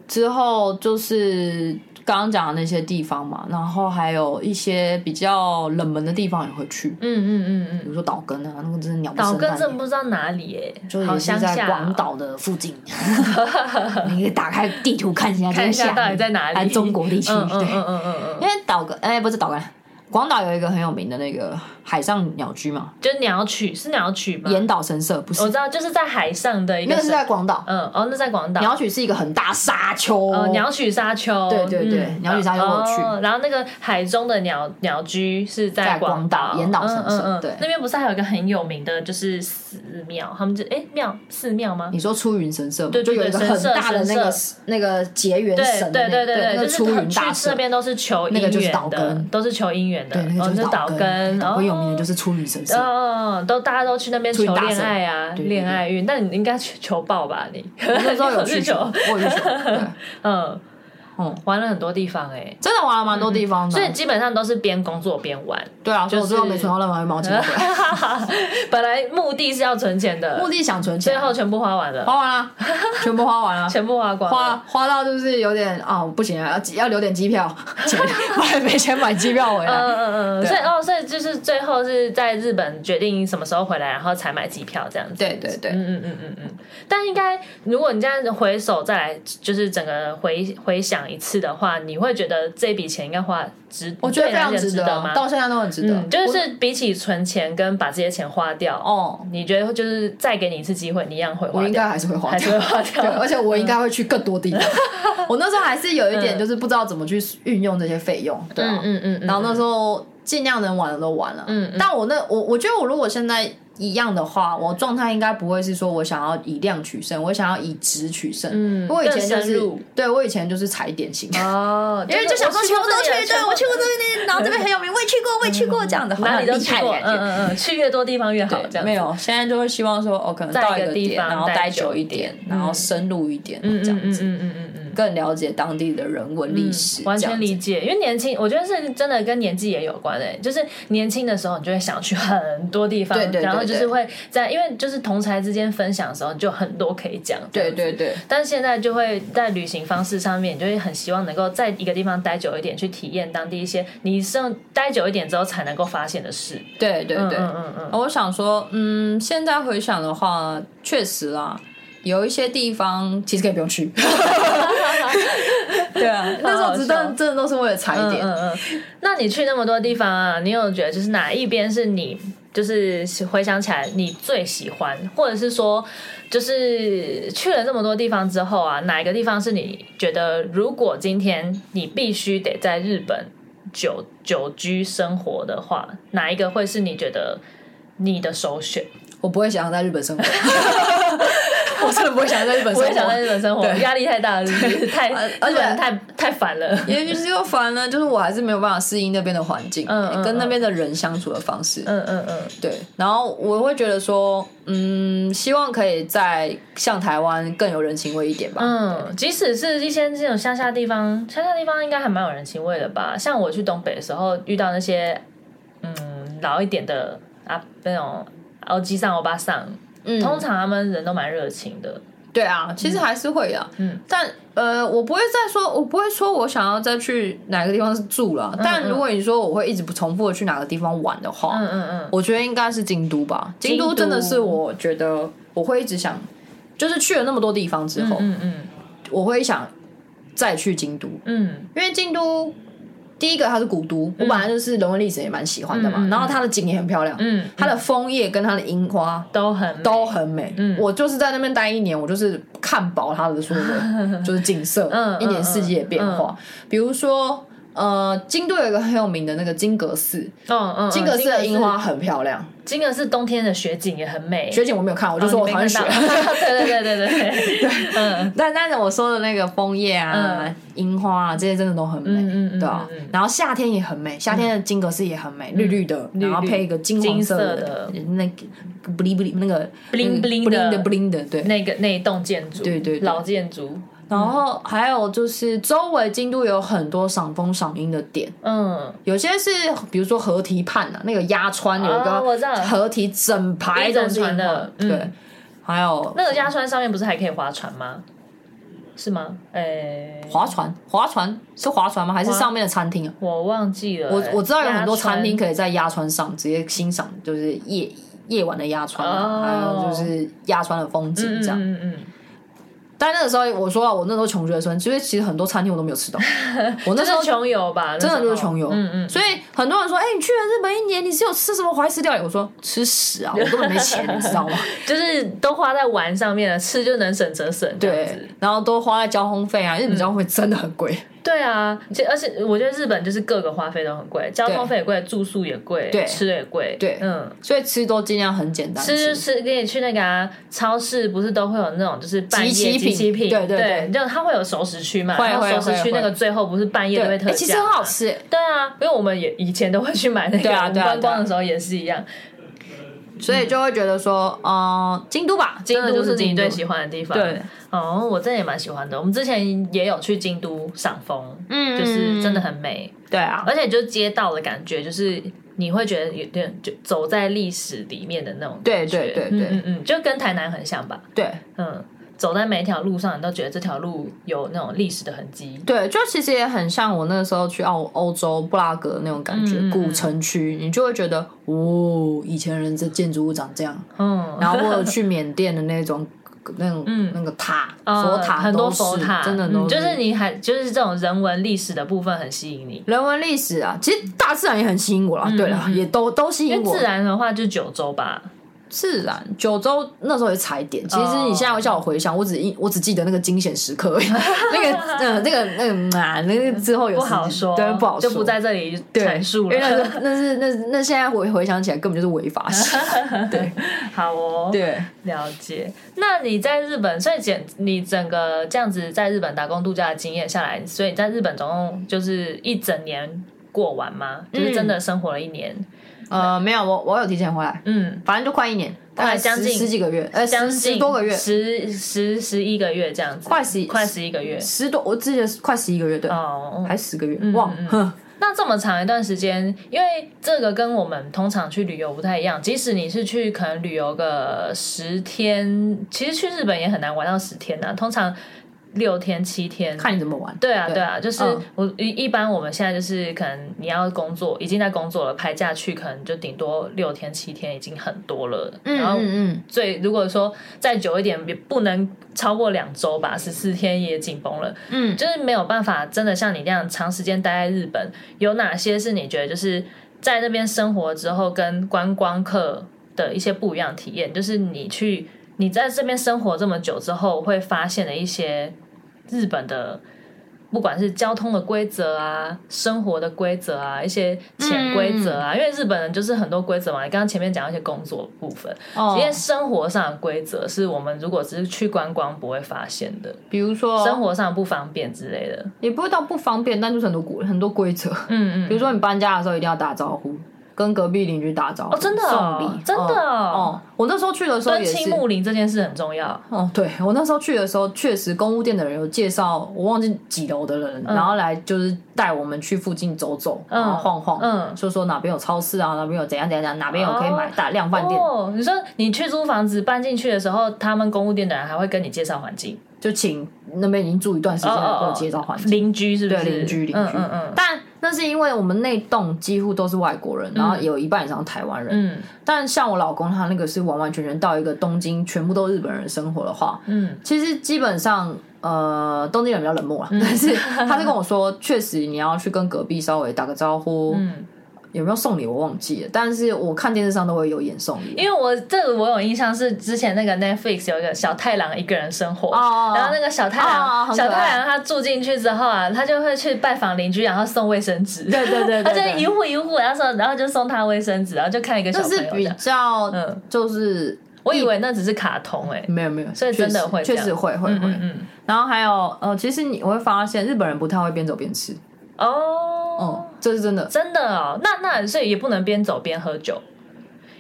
S2: 之后就是刚刚讲的那些地方嘛，然后还有一些比较冷门的地方也会去，比
S1: 嗯嗯嗯嗯，
S2: 如说岛根啊，那个真的鸟不
S1: 岛
S2: 生
S1: 根
S2: 蛋
S1: 真
S2: 的。
S1: 哦不知道哪里哎、
S2: 就是
S1: 好
S2: 也是
S1: 乡
S2: 在
S1: 下、哦
S2: 广。岛的附 近，你可以打开地图看一下，
S1: 看一下到底在哪
S2: 哎
S1: 里？
S2: 中国地区，
S1: 嗯嗯
S2: 对，
S1: 嗯嗯嗯嗯，
S2: 因为岛根，哎、不是岛根，广岛有一个很有名的那个海上鸟居嘛，
S1: 就是鸟取是鸟取吗？
S2: 岩岛神社不是
S1: 我，知道，就是在海上的一
S2: 那
S1: 个
S2: 个是
S1: 省。
S2: 在广岛。
S1: 哦嗯，哦，那在广岛。
S2: 鸟取是一个很大沙丘，
S1: 哦，鸟取沙丘，
S2: 对对对
S1: 嗯
S2: 鸟取沙丘我有去
S1: 哦然后那个海中的鸟鸟居是
S2: 在
S1: 广
S2: 广岛
S1: 岛
S2: 岩岛神社
S1: 嗯嗯嗯
S2: 对
S1: 那边不是还有一个很有名的，就是寺庙，他们就哎庙寺庙吗？
S2: 你说出云神社嘛，
S1: 对对
S2: 就
S1: 对
S2: 有一个
S1: 神
S2: 很
S1: 社
S2: 大的那个
S1: 神
S2: 那个结缘
S1: 对
S2: 神
S1: 对
S2: 的那
S1: 对
S2: 个，
S1: 对
S2: 那个
S1: 就是
S2: 出云
S1: 去
S2: 大
S1: 那
S2: 社，
S1: 边都是求
S2: 那个
S1: 姻
S2: 就是
S1: 缘
S2: 岛
S1: 的
S2: 根，
S1: 都是求姻缘的，
S2: 对，那
S1: 哦
S2: 个就是
S1: 那
S2: 岛
S1: 根，
S2: 岛根有名
S1: 哦
S2: 的就是出云神社，
S1: 哦，都大家都去那边求
S2: 出云大
S1: 恋
S2: 神
S1: 爱啊，
S2: 对对对
S1: 恋爱运。那你应该去求报吧？你
S2: 那时候 有
S1: 你
S2: 去
S1: 求
S2: 球，，我有去球， 对
S1: 嗯，
S2: 嗯，
S1: 玩了很多地方哎，
S2: 真的玩了蛮多地方的，
S1: 所以基本上都是边工作边玩。
S2: 对啊，所以我最后
S1: 就是
S2: 没存到任何一毛钱回来，
S1: 本来目的是要存钱的，
S2: 目的想存钱
S1: 最，后全部花完了，
S2: 花完了，全部花完了，
S1: 全部花光
S2: 花
S1: 了。
S2: 啊花到就是有点啊，不行啊，要要留点机票 钱，买没钱买机票回来。
S1: 嗯嗯嗯，
S2: 对
S1: 所以哦，所以就是最后是在日本决定什么时候回来，然后才买机票这样子。
S2: 对对对，
S1: 嗯嗯嗯嗯嗯，但应该如果你这样子回首再来，就是整个回回想一次的话，你会觉得这笔钱应该花值，
S2: 我觉得
S1: 对你
S2: 非
S1: 来
S2: 常
S1: 讲
S2: 值
S1: 值
S2: 得，
S1: 吗？
S2: 到现在都很值得
S1: 嗯，。就是比起存钱跟把这些钱花掉，
S2: 我哦，
S1: 你觉得就是再给你一次机会，你一样会
S2: 我
S1: 花
S2: 应
S1: 掉，
S2: 该还是会花
S1: 还是会
S2: 掉。
S1: 花嗯
S2: 对，
S1: 掉？
S2: 而且我应该会去更多地方。 我那时候还是有一点就是不知道怎么去运用这些费用，对啊
S1: 嗯嗯。嗯嗯，
S2: 然后那时候尽量能玩的都玩了，
S1: 嗯嗯
S2: 但我那我我觉得我如果现在一样的话，我状态应该不会是说我想要以量取胜，我想要以值取胜。
S1: 嗯
S2: 我以前就
S1: 更深
S2: 是
S1: 入
S2: 对我以前就是踩点型，
S1: 哦，
S2: 因为就想说全部都去，对我去过这边，然后这边很有名，我也去过，我也去过，这样的好像
S1: 哪
S2: 很
S1: 里都
S2: 厉
S1: 去
S2: 害的
S1: 过，
S2: 感
S1: 嗯
S2: 觉。
S1: 嗯嗯，去越多地方越好，这
S2: 对，
S1: 样
S2: 没，有，现在就会希望说，哦，可能
S1: 在
S2: 到
S1: 一个
S2: 个
S1: 地
S2: 点，
S1: 方
S2: 然后
S1: 待
S2: 待
S1: 久
S2: 久
S1: 一
S2: 一
S1: 点
S2: 点，然后深入一点，
S1: 嗯
S2: 这样
S1: 嗯
S2: 子，
S1: 嗯嗯嗯嗯嗯。
S2: 更了解当地的人文历史，
S1: 完全
S2: 这样
S1: 理
S2: 子。
S1: 解，因为年轻，我觉得是真的跟年纪也有关诶、就是年轻的时候，你就会想去很多地方，
S2: 对对对
S1: 然后就是会在，因为就是同才之间分享的时候，你就很多可以讲。
S2: 对。对对，
S1: 但是现在就会在旅行方式上面，你就会很希望能够在一个地方待久一点，去体验当地一些你剩待久一点之后才能够发现的事。
S2: 对对对，
S1: 嗯嗯嗯嗯，
S2: 我想说，嗯，现在回想的话，确实啦，有一些地方其实可以不用去。对啊，那时候只
S1: 好好笑
S2: 真真的都是为了踩点。
S1: 嗯嗯嗯。那你去那么多地方啊，你有觉得就是哪一边是你就是回想起来你最喜欢，或者是说就是去了这么多地方之后啊，哪一个地方是你觉得如果今天你必须得在日本久久居生活的话，哪一个会是你觉得你的首选？
S2: 我不会想要在日 本生活，我真的不会想要在日本
S1: 我
S2: 生活。
S1: 也想在日本生活，
S2: 对
S1: 压力太大了，是不 是太
S2: 而
S1: 日本人太太烦了。
S2: 也就是又烦了，就是我还是没有办法适应那边的环境，
S1: 嗯嗯
S2: 跟那边的人相处的方式。
S1: 嗯嗯嗯，
S2: 对，然后我会觉得说，嗯，希望可以再像台湾更有人情味一点吧。
S1: 嗯，即使是一些这种乡下地方，乡下地方应该还蛮有人情味的吧？像我去东北的时候，遇到那些嗯老一点的啊那种欧基上、欧巴上，
S2: 嗯
S1: 通常他们人都蛮热情的。
S2: 对啊，其实还是会啊，
S1: 嗯，
S2: 但呃，我不会再说，我不会说我想要再去哪个地方住
S1: 嗯
S2: 了。但如果你说我会一直不重复的去哪个地方玩的话，
S1: 嗯嗯嗯，
S2: 我觉得应该是京都吧。京
S1: 都
S2: 都真的是我觉得我会一直想，就是去了那么多地方之后，
S1: 嗯嗯
S2: 我会想再去京都，
S1: 嗯
S2: 因为京都第一个它是古都，我本来就是人文历史也蛮喜欢的嘛，
S1: 嗯嗯嗯
S2: 然后它的景也很漂亮，
S1: 嗯，
S2: 它的枫叶跟它的樱花
S1: 都很美
S2: 都很美。
S1: 嗯
S2: 我就是在那边待一年，我就是看饱它的所 有的就是景色，
S1: 嗯
S2: 一年四季的变化。比如说，呃，京都有一个很有名的那个金阁寺，
S1: 嗯嗯，
S2: 金阁寺的樱花，很漂亮。
S1: 金阁寺冬天的雪景也很美。
S2: 雪景我没有看，我就说
S1: 哦
S2: 我
S1: 你
S2: 讨
S1: 没
S2: 厌雪
S1: 看。到 对对对对对对，嗯
S2: 但但是我说的那个枫叶啊
S1: 嗯、
S2: 樱花啊，这些真的都很美，
S1: 嗯嗯嗯
S2: 对啊
S1: 嗯嗯。
S2: 然后夏天也很美，夏天的金阁寺也很美，绿嗯绿的，
S1: 绿
S2: 然后配一个金黄色
S1: 金色的
S2: 那个布灵布灵那个
S1: bling bling
S2: 布灵的
S1: 的
S2: 布灵的，对。
S1: 那个那一栋建筑，
S2: 对对对
S1: 老建筑，
S2: 然后还有就是周围京都有很多赏枫赏樱的点，
S1: 嗯，
S2: 有些是比如说河堤畔啊，那个鸭川有一
S1: 哦我知道
S2: 个河堤整排
S1: 一整
S2: 都是樱
S1: 船的
S2: 花
S1: 嗯
S2: 对。还有
S1: 那个鸭川上面不是还可以划船吗？是吗？诶、
S2: 划船，划船是划船吗？还是
S1: 划
S2: 上面的餐厅啊？
S1: 我忘记了、
S2: 我我知道有很多餐厅
S1: 以
S2: 可以在鸭川上直接欣赏，就是夜夜晚的鸭川、啊，
S1: 哦
S2: 还有就是鸭川的风景这样。
S1: 嗯嗯
S2: 但那个时候我说了，啊我那时候穷学生，所以其实很多餐厅我都没 有吃到。我
S1: 嗯，
S2: 那时候
S1: 就是穷游吧，
S2: 真的
S1: 那时
S2: 就
S1: 候
S2: 是穷游，
S1: 嗯嗯，
S2: 所以很多人说，哎、你去了日本一年，你是有吃什么怀石料理？我说吃屎 啊，我根本没钱，你知道吗？
S1: 就是都花在玩上面了，吃就能省则省，这样子
S2: 对，然后都花在交通费啊，日
S1: 嗯
S2: 本交通费真的很贵。
S1: 对啊，这而且我觉得日本就是各个花费都很贵，交通费也贵，住宿也贵，
S2: 对
S1: 吃也贵，
S2: 对
S1: 嗯。
S2: 所以吃都尽量很简单
S1: 吃吃可以去那个啊，超市，不是都会有那种就是半夜
S2: 集齐品
S1: 集品，
S2: 对
S1: 对
S2: 对对
S1: 就它会有熟食区嘛，
S2: 会
S1: 然后
S2: 会
S1: 熟食
S2: 会
S1: 区那
S2: 会
S1: 个最后不是半夜都会
S2: 对，
S1: 特
S2: 哎、
S1: 价嘛，
S2: 其实很好吃、哎
S1: 对啊，因为我们也以前都会去买那个，
S2: 对啊
S1: 我们
S2: 对啊
S1: 观光
S2: 对啊
S1: 的时候也是一样。
S2: 所
S1: 嗯
S2: 以就会觉得说，呃，京都吧，京
S1: 京
S2: 都
S1: 都是你
S2: 京都
S1: 最喜欢的地方，
S2: 对。
S1: 哦，我真的也蛮喜欢的。我们之前也有去京都赏枫，
S2: 嗯
S1: 就是真的很美，
S2: 对啊，
S1: 而且就是街道的感觉，就是你会觉得有点就走在历史里面的那种感
S2: 对
S1: 觉，
S2: 对对
S1: 嗯
S2: 对
S1: 嗯嗯，就跟台南很像吧，
S2: 对
S1: 嗯。走在每一条路上，你都觉得这条路有那种历史的痕迹。
S2: 对，就其实也很像我那个时候去澳欧洲布拉格那种感觉，
S1: 嗯嗯嗯
S2: 古城区，你就会觉得，哦，以前人这建筑物长 这样。
S1: 嗯，
S2: 然后我有去缅甸的那种。那种、那个塔，佛
S1: 嗯
S2: 塔、
S1: 呃很多佛塔，
S2: 真的
S1: 嗯
S2: 都是、
S1: 就是你还就是这种人文历史的部分很吸引你。
S2: 人文历史啊。其实大自然也很吸引我啦，对啦，也都都
S1: 嗯
S2: 吸嗯
S1: 因
S2: 引
S1: 为
S2: 我
S1: 自。然的话就是九州吧，
S2: 自然，九州那时候也差一点。其实你现在叫我回想，我只印我只记得那个惊险时刻 而已，那个呃，那个那个嗯啊，那个之后有
S1: 不好
S2: 时
S1: 说，
S2: 对，不好说，
S1: 就不在这里
S2: 对
S1: 阐述
S2: 因为那
S1: 了。
S2: 是那是那是那现在回回想起来根本就是违法行为。
S1: 好哦，
S2: 对，
S1: 了解。那你在日本，所以简你整个这样子在日本打工度假的经验下来，所以你在日本总共就是一整年过完吗？
S2: 嗯
S1: 就是真的生活了一年，
S2: 呃，没有，我我有提前回来，
S1: 嗯，
S2: 反正就快一年，大概
S1: 快将
S2: 十
S1: 近
S2: 十几个月，呃，
S1: 将
S2: 十
S1: 近
S2: 十多个月，
S1: 十十十一个月这样子，
S2: 快十
S1: 快十一个月。
S2: 十多，我记得是快十一个月，对，
S1: 哦，
S2: 还是十个月，忘了。哼
S1: 那这么长一段时间，因为这个跟我们通常去旅游不太一样，即使你是去可能旅游个十天，其实去日本也很难玩到十天呐、通常六天七天。
S2: 看你怎么玩。
S1: 对啊，对啊，就是
S2: 嗯
S1: 我一一般我们现在就是可能你要工作，已经在工作了，排假去可能就顶多六天七天已经很多了。
S2: 嗯
S1: 然后
S2: 嗯嗯，
S1: 最如果说再久一点，也不能超过两周吧，十四天也紧绷了。
S2: 嗯
S1: 就是没有办法真的像你这样长时间待在日本。有哪些是你觉得就是在那边生活之后跟观光客的一些不一样体验？就是你去你在这边生活这么久之后，会发现的一些日本的。不管是交通的规则啊、生活的规则啊、一些潜规则啊，因为日本人就是很多规则嘛。你刚刚前面讲到一些工作部分，
S2: 哦
S1: 因为生活上的规则是我们如果只是去观光不会发现的。
S2: 比如说
S1: 生活上不方便之类的。
S2: 也不会到不方便，但就是很多规很多规则。
S1: 嗯
S2: 比如说你搬家的时候一定要打招呼，跟隔壁邻居打招呼，
S1: 哦真的哦
S2: 送礼，
S1: 真的哦
S2: 哦、嗯我那时候去的时候
S1: 跟
S2: 也
S1: 青
S2: 是。
S1: 木林这件事很重要。
S2: 哦，对我那时候去的时候，确实公务店的人有介绍，我忘记几楼的人，
S1: 嗯
S2: 然后来就是带我们去附近走走，然后晃晃，
S1: 嗯
S2: 就说哪边有超市啊，哪边有怎样怎样怎样，哪边有可以买大量饭店，
S1: 哦，你说你去租房子搬进去的时候，他们公务店的人还会跟你介绍环境，
S2: 就请那边已经住一段时
S1: 哦
S2: 间
S1: 哦
S2: 的给我
S1: 哦
S2: 介绍环境。
S1: 邻居是不是？
S2: 对邻居邻居，
S1: 嗯嗯嗯
S2: 但那是因为我们那栋几乎都是外国人，然后有一半以上是台湾人。
S1: 嗯
S2: 但像我老公他那个是完完全全到一个东京全部都日本人生活的话，
S1: 嗯
S2: 其实基本上呃东京人比较冷漠啦，但 是他是跟我说，确实你要去跟隔壁稍微打个招呼，
S1: 嗯，
S2: 有没有送礼我忘记了，但是我看电视上都会有演送礼。
S1: 因为我这个我有印象是之前那个 Netflix 有一个小太郎一个人生活，
S2: 哦
S1: 然后那个小太郎、
S2: 哦很可
S1: 小
S2: 爱
S1: 太郎他住进去之后啊，他就会去拜访邻居，然后送卫生纸，
S2: 对对对对
S1: 他就
S2: 对
S1: 一户一户，然后说然后就送他卫生纸，然后就看一个小朋
S2: 这
S1: 友
S2: 是
S1: 这
S2: 比
S1: 样。
S2: 较，
S1: 嗯
S2: 就是
S1: 我以为那只是卡通哎、
S2: 没有没有，
S1: 所以真的
S2: 确实
S1: 会这
S2: 确
S1: 样
S2: 实会会
S1: 嗯
S2: 会。
S1: 嗯嗯，
S2: 然后还有呃，其实你会发现日本人不太会边走边吃，
S1: 哦
S2: 哦、，这是真的。
S1: 真的哦，那那所以也不能边走边喝酒。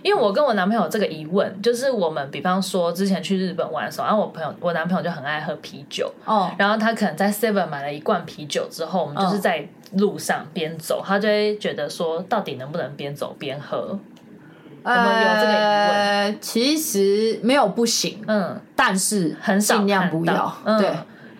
S1: 因为我跟我男朋友有这个疑问，就是我们比方说之前去日本玩的时候，然后我朋友我男朋友就很爱喝啤酒，
S2: 哦，
S1: 然后他可能在 Seven 买了一罐啤酒之后，我们就是
S2: 嗯
S1: 在路上边走，他就会觉得说到底能不能边走边喝？有没有这个疑问
S2: 呃，其实没有不行，
S1: 嗯，
S2: 但是
S1: 很少
S2: 尽量
S1: 看
S2: 不
S1: 到
S2: 要。
S1: 嗯、
S2: 对，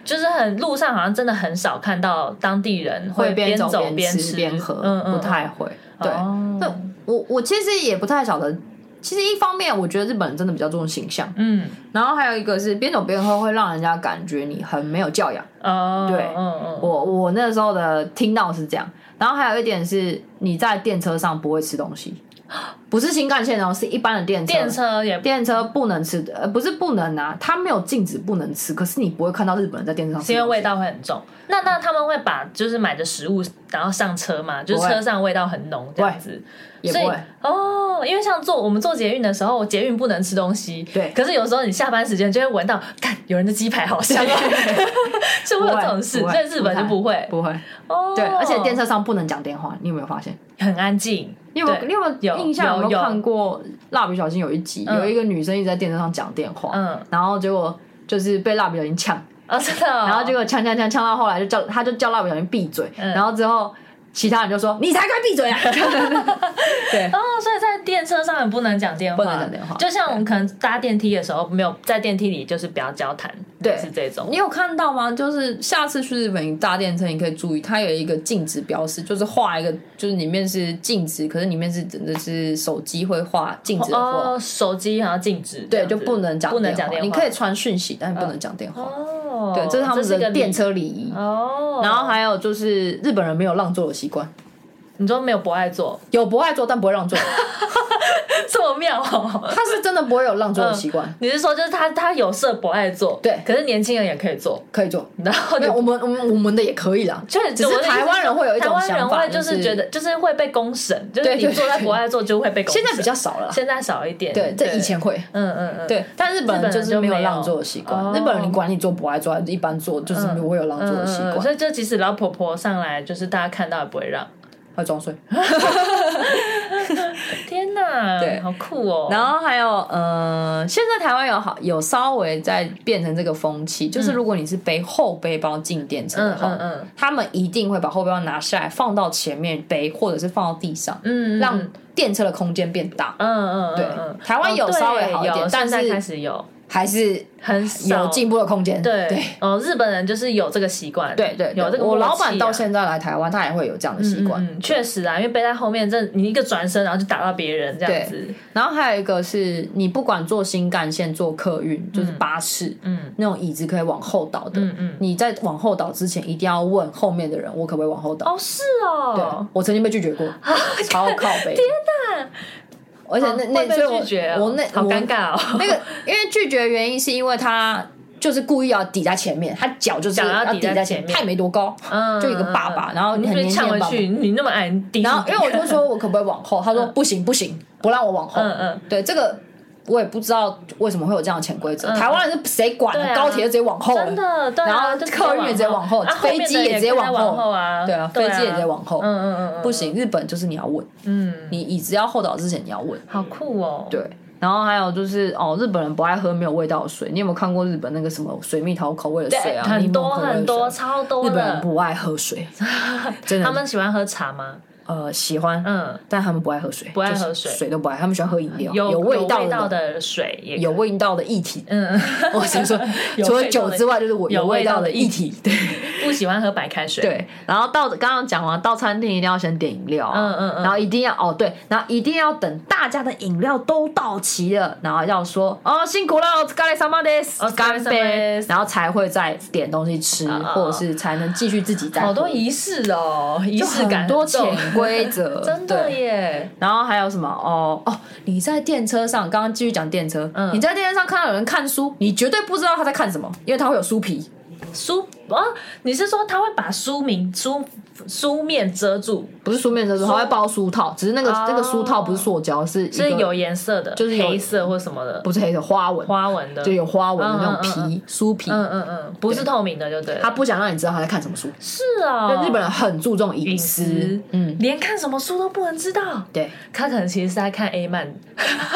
S1: 就是很路上好像真的很少看到当地人
S2: 会
S1: 边
S2: 边走
S1: 走
S2: 边
S1: 吃
S2: 吃边喝，
S1: 嗯嗯，
S2: 不太会。对，
S1: 哦
S2: 那我我其实也不太晓得。其实一方面，我觉得日本人真的比较注重形象，
S1: 嗯
S2: 然后还有一个是边走边喝，会让人家感觉你很没有教养。
S1: 哦，
S2: 对
S1: 嗯嗯，
S2: 我我那时候的听到是这样，然后还有一点是你在电车上不会吃东 西，不是新干线哦，是一般的电车。
S1: 电车也
S2: 电车不能吃的，呃，不是不能啊，它没有禁止不能吃，可是你不会看到日本人在电车上吃
S1: 是因为味
S2: 东西。
S1: 道会很重。那那他们会把就是买的食物然后上车嘛，就是
S2: 不会
S1: 车上味道很浓这样子。
S2: 也
S1: 所以
S2: 不会
S1: 哦，因为像坐我们坐捷运的时候，捷运不能吃东西。
S2: 对
S1: 可是有时候你下班时间就会闻到，看有人的鸡排好 香啊， 是会有这种事。
S2: 不会
S1: 所以日本就不会。
S2: 不会，
S1: 哦，
S2: 对，而且电车上不能讲电话，你有没有发现？
S1: 很安静。
S2: 你有没有
S1: 对
S2: 你有没
S1: 有
S2: 有印象？
S1: 有
S2: 有没有
S1: 有
S2: 看过《蜡笔小新》有一集，
S1: 嗯
S2: 有一个女生一直在电车上讲电话，
S1: 嗯，
S2: 然后结果就是被蜡笔小新呛，
S1: 哦，真的哦、
S2: 然后结果呛呛呛呛到后来就叫他就叫蜡笔小新闭嘴，
S1: 嗯
S2: 然后之后其他人就说你才该闭嘴啊！ 对，
S1: 哦，所以在电车上也不能讲电话，
S2: 不能讲电话
S1: 就像我们可能搭电梯的时候，没有在电梯里就是不要交谈，
S2: 对
S1: 是这种。
S2: 你有看到吗？就是下次去日本你搭电车，你可以注意，它有一个禁止标识，就是画一个，就是里面是禁止，可是里面是真的是手机会画禁止的话，
S1: 哦，手机好像禁止，这
S2: 对，
S1: 样子
S2: 就不能讲
S1: 不能
S2: 电
S1: 讲
S2: 话
S1: 电话。
S2: 你可以传讯息，但不能讲电话。
S1: 哦，
S2: 对，这是他们
S1: 一个
S2: 的
S1: 礼
S2: 电车礼仪。
S1: 哦。
S2: 然后还有就是日本人没有让座的习惯，
S1: 你说没有不爱做，
S2: 有不爱坐但不会让座，
S1: 这么妙哦！
S2: 他是真的不会有让
S1: 嗯
S2: 座的 习惯，
S1: 你是说就是他他有事不爱做，
S2: 对
S1: 可是年轻人也可以做，
S2: 可以做。
S1: 然后
S2: 没有，
S1: 就
S2: 我们我们我们的也可以啦，
S1: 就是
S2: 只是
S1: 我的意思
S2: 台湾人会有一
S1: 台
S2: 种
S1: 湾人
S2: 想法，
S1: 会就是觉得就是会被公审，就是
S2: 对
S1: 你
S2: 对
S1: 坐在
S2: 对
S1: 国外做就会被公审，
S2: 现在比较少了啦。
S1: 现在少一点，
S2: 对，这以前会。
S1: 嗯嗯嗯，
S2: 对，但日本人就
S1: 日本人
S2: 是
S1: 就
S2: 没有
S1: 没有
S2: 让座的习
S1: 哦
S2: 惯。日本人你管你坐不爱坐，一般坐就是不会有让座
S1: 嗯，
S2: 的习
S1: 嗯嗯
S2: 惯，
S1: 所以就即使老婆婆上来，就是大家看到也不会让。
S2: 会装睡。
S1: 天哪，
S2: 对
S1: 好酷哦！
S2: 然后还有呃，现在台湾有好有稍微在变成这个风气，就是如果你是背后背包进电车的话，
S1: 嗯嗯嗯
S2: 他们一定会把后背包拿下来放到前面背，或者是放到地上，
S1: 嗯，嗯
S2: 让电车的空间变大。
S1: 嗯嗯嗯，
S2: 对
S1: 嗯
S2: 台湾有
S1: 哦对
S2: 稍微好一点
S1: 有
S2: 但
S1: 现在
S2: 是
S1: 开始有
S2: 还是
S1: 很少
S2: 有进步的空间。
S1: 对
S2: 对
S1: 哦，日本人就是有这个习惯，
S2: 对对，
S1: 有这个
S2: 我
S1: 默
S2: 老
S1: 契
S2: 板
S1: 啊
S2: 到现在来台湾，他也会有这样的习惯。
S1: 嗯，确实啊，因为背在后面，这你一个转身，然后就打到别人这样子，
S2: 然后还有一个是你不管坐新干线、坐客运，就是巴士，
S1: 嗯
S2: 那种椅子可以往后倒的，
S1: 嗯嗯，
S2: 你在往后倒之前，一定要问后面的人，我可不可以往后倒？
S1: 哦是哦，
S2: 我曾经被 拒绝过，超靠背。天哪！而且那
S1: 会
S2: 那
S1: 被
S2: 所以我
S1: 拒绝哦，
S2: 我那
S1: 好
S2: 我
S1: 尴尬哦，
S2: 那个，因为拒绝的原因是因为他就是故意要抵在前面，他脚就是
S1: 脚要
S2: 要
S1: 抵在
S2: 在
S1: 前面
S2: 他也没多高，
S1: 嗯
S2: 就一个爸爸，然后很
S1: 你被
S2: 哦年轻
S1: 呛
S2: 的
S1: 回
S2: 爸爸。
S1: 去，你那么矮，你低
S2: 然后因为我就说我可不可以往后，他说不行不行，不让我往后。
S1: 嗯嗯
S2: 对这个。我也不知道为什么会有这样的潜规则，台湾人是谁管
S1: 嗯对啊
S2: 啊？高铁就直接往后了，
S1: 真的，对啊，
S2: 然后
S1: 就直接
S2: 客运也直接往后
S1: 啊
S2: 飞机
S1: 面的
S2: 也直接往
S1: 往
S2: 后
S1: 啊，
S2: 对啊，飞机也直接往后，
S1: 嗯嗯嗯嗯，
S2: 不行。日本就是你要问，
S1: 嗯，
S2: 你椅子要后倒之前你要问，
S1: 好酷哦，
S2: 对。然后还有就是哦，日本人不爱喝没有味道的水，你有没有看过日本那个什么水蜜桃口味的水啊？
S1: 很多
S2: 柠檬口味的水
S1: 很多，超多
S2: 日本人
S1: 的。
S2: 不爱喝 水，真的。
S1: 他们喜欢喝茶吗？
S2: 呃喜欢，
S1: 嗯，
S2: 但他们不爱喝水，不
S1: 爱喝水
S2: 水都不爱，他们喜欢喝饮料，
S1: 有
S2: 味
S1: 道
S2: 道的。
S1: 的水也
S2: 有味道的液体，
S1: 嗯，
S2: 我只说
S1: 有
S2: 除
S1: 味
S2: 了
S1: 道
S2: 酒
S1: 的
S2: 之外，就是我
S1: 有味
S2: 味
S1: 道
S2: 道
S1: 的
S2: 的
S1: 液
S2: 液体。 对
S1: 不喜欢喝白开水。，
S2: 对，然后到刚刚讲完，到餐厅一定要先点饮料啊，
S1: 嗯嗯嗯
S2: 然后一定要哦对，然后一定要等大家的饮料都到齐了，然后要说哦辛苦了，干杯，干
S1: 哦お
S2: 杯，
S1: 疲れ様
S2: 干杯
S1: です，
S2: 然后才会再点东西吃，
S1: 啊
S2: 或者是才能继续自己再
S1: 好多
S2: 喝
S1: 仪式哦，仪
S2: 就
S1: 式感
S2: 很多
S1: 重
S2: 潜规 则，
S1: 真的
S2: 对。
S1: 耶。
S2: 然后还有什么哦哦？你在电车上，刚刚继续讲电车，
S1: 嗯
S2: 你在电车上看到有人看书，你绝对不知道他在看什么，因为他会有书皮，
S1: 书啊，你是说他会把书名书书面遮住，
S2: 不是书面车书，它会包书套，只是那个、
S1: 哦
S2: 那个书套不是塑胶，是
S1: 是
S2: 是
S1: 有颜色的，
S2: 就是有
S1: 黑色或什么的
S2: 不是黑的哦花纹，
S1: 花纹的，
S2: 就有花纹的那种皮、
S1: 嗯嗯嗯
S2: 书皮。
S1: 嗯嗯嗯，不是透明的就对了。
S2: 他不想让你知道他在看什么书，因
S1: 是哦，
S2: 为日本人很注重隐
S1: 隐
S2: 私。
S1: 私，嗯，
S2: 嗯，
S1: 连看什么书都不能知道。
S2: 对
S1: 他可能其实是在看 A 漫，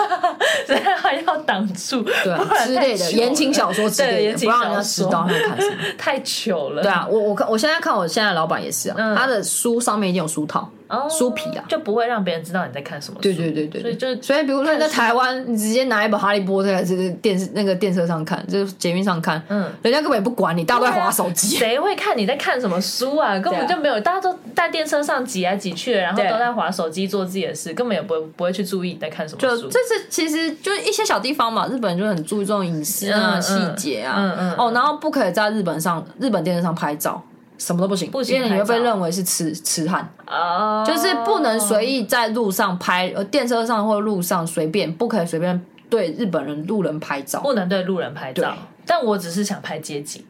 S1: 所以他要挡住，
S2: 对
S1: 不
S2: 啊
S1: 然
S2: 之
S1: 太
S2: 类
S1: 糗
S2: 的
S1: 了
S2: 言情小说之
S1: 对
S2: 类
S1: 言
S2: 的，
S1: 情
S2: 不让人
S1: 小
S2: 家知
S1: 说
S2: 道他在看什么。
S1: 太糗了。
S2: 对啊，我我看我现在看我现在老板也是啊，
S1: 嗯
S2: 他的书上面一定有书套，
S1: 哦，
S2: 书皮啊
S1: 就不会让别人知道你在看什么书。
S2: 对对对对
S1: 所以
S2: 对。
S1: 就是
S2: 所以，比如说你在台湾，你直接拿一本《哈利波特》在这个电视那个电车上看，就是捷运上看，
S1: 嗯啊
S2: 人家根本也不管你，大家都在划手机。
S1: 谁会看你在看什么书啊？根本就没有，大家都在电车上挤来挤去的，然后
S2: 对
S1: 都在划手机做自己的事，根本也不会不会去注意你在看什么
S2: 就
S1: 书。
S2: 这是其实就是一些小地方嘛，日本人就很注重隐私
S1: 嗯
S2: 啊、
S1: 嗯
S2: 细节啊，
S1: 嗯嗯
S2: 哦，然后不可以在日本上日本电视上拍照，什么都不行，
S1: 不行
S2: 因为你
S1: 拍
S2: 会
S1: 照
S2: 被认为是痴痴汉，
S1: 哦，
S2: 就是不能随意在路上拍，呃，电车上或路上随便，不可以随便对日本人路人拍照，
S1: 不能对路人拍照。但我只是想拍街景。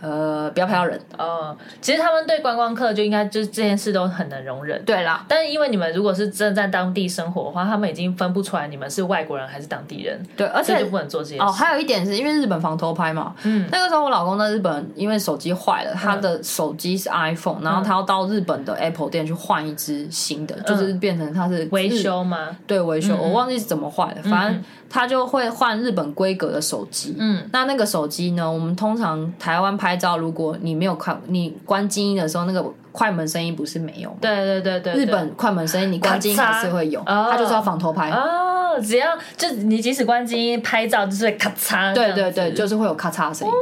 S2: 呃，不要拍到人，
S1: 哦，其实他们对观光客就应该就是这件事都很能容忍。
S2: 对啦，
S1: 但是因为你们如果是真的在当地生活的话，他们已经分不出来你们是外国人还是当地人，
S2: 对，而
S1: 所以
S2: 且
S1: 就不能做这件事。
S2: 哦，还有一点是因为日本防偷拍嘛，嗯，那个时候我老公在日本，因为手机坏了，他的手机是
S1: 嗯
S2: iPhone，、然后他要到日本的 Apple 店去换一只新的，就是变成他是
S1: 嗯维
S2: 日
S1: 修嗯吗？
S2: 对维修，我忘记是怎么坏的，反正他就会换日本规格的手机。
S1: 嗯，
S2: 那那个手机呢，我们通常台湾拍照，如果你没有看，你关静音的时候，那个快门声音不是没有吗？
S1: 对对对对对
S2: 日本快门声音你关静音
S1: 咔嚓
S2: 还是会有，
S1: 哦
S2: 他就是要防偷拍。
S1: 哦，只要就你即使关机拍照，就是会咔嚓这
S2: 对
S1: 样子。
S2: 对对，就是会有咔嚓的声音。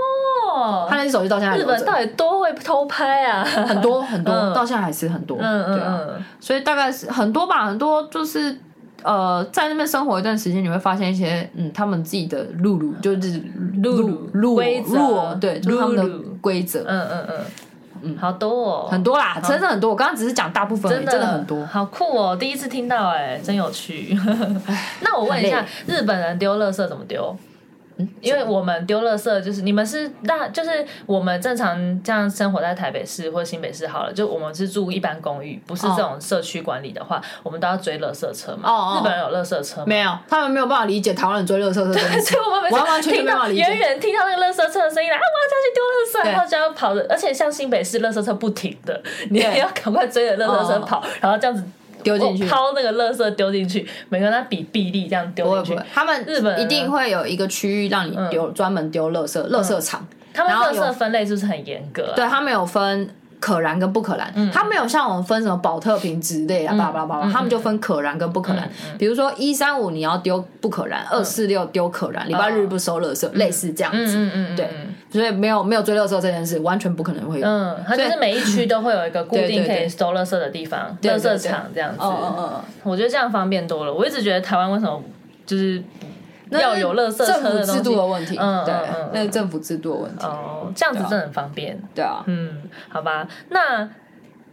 S1: 哦，
S2: 他那只手机到现在还
S1: 日
S2: 留着
S1: 本到底多会偷拍啊？
S2: 很多很多，
S1: 嗯
S2: 到现在还是很多，
S1: 嗯嗯
S2: 对啊，
S1: 嗯，
S2: 所以大概是很多吧，很多就是呃，在那边生活一段时间，你会发现一些嗯，他们自己的路路就是路
S1: 路
S2: 路
S1: 嗯规则
S2: 路对，
S1: 路
S2: 就是他们的
S1: 路
S2: 规则，
S1: 嗯嗯嗯，嗯，好多哦，
S2: 很多啦，真的很多。我刚刚只是讲大部分而已，
S1: 真
S2: 真的很多。
S1: 好酷哦！第一次听到、哎，真有趣。 那我问一下
S2: 很，嗯
S1: 日本人丢垃圾怎么丢？因为我们丢垃圾就是你们是那，就是我们正常这样生活在台北市或新北市好了，就我们是住一般公寓，不是这种社区管理的话，我们都要追垃圾车嘛。
S2: 哦哦
S1: 日本人有垃圾车吗？
S2: 没有，他们没有办法理解台湾人追垃圾这件事
S1: 所以 我们每次
S2: 完完全
S1: 听
S2: 全没办
S1: 到
S2: 法理解
S1: 远。远听到那个垃圾车的声音啦，啊，我要下去丢垃圾，
S2: 对
S1: 然后就要跑着，而且像新北市垃圾车不停的，你也要赶快追着垃
S2: 哦
S1: 圾车跑，然后这样子
S2: 丢进去
S1: 哦抛那个垃圾丢进去，每个人他比臂力这样
S2: 不
S1: 丢
S2: 会
S1: 进
S2: 不会
S1: 去，，
S2: 他们
S1: 日本人啊嗯
S2: 一定会有一个区域让你丢，专门丢垃圾，垃圾场。
S1: 他们
S2: 然后
S1: 垃
S2: 有
S1: 圾分类是不是很严格啊？
S2: 对，他们有分可燃跟不可燃，他没有像我们分什么保特瓶之类啊，叭叭叭叭，他们就分可燃跟不可燃。比如说一三五你要丢不可燃，二四六丢可燃，礼拜日不收垃圾，类似这样子。
S1: 嗯嗯嗯，
S2: 对，所以没有没有追垃圾这件事，完全不可能会有。
S1: 嗯，它就是每一区都会有一个固
S2: 对对
S1: 定可
S2: 对
S1: 以收垃圾的地方，
S2: 对
S1: 垃
S2: 对对
S1: 圾场这样子。
S2: 嗯嗯嗯嗯。
S1: 我觉得这样方便多了。我一直觉得台湾为什么就是
S2: 那
S1: 要有垃圾车
S2: 政
S1: 的东
S2: 府
S1: 西
S2: 制度的问题，
S1: 嗯嗯
S2: 对
S1: 嗯嗯，
S2: 那是政府制度的问题，
S1: 哦，这样子
S2: 对啊
S1: 真的很方便。
S2: 对啊，
S1: 嗯，好吧，那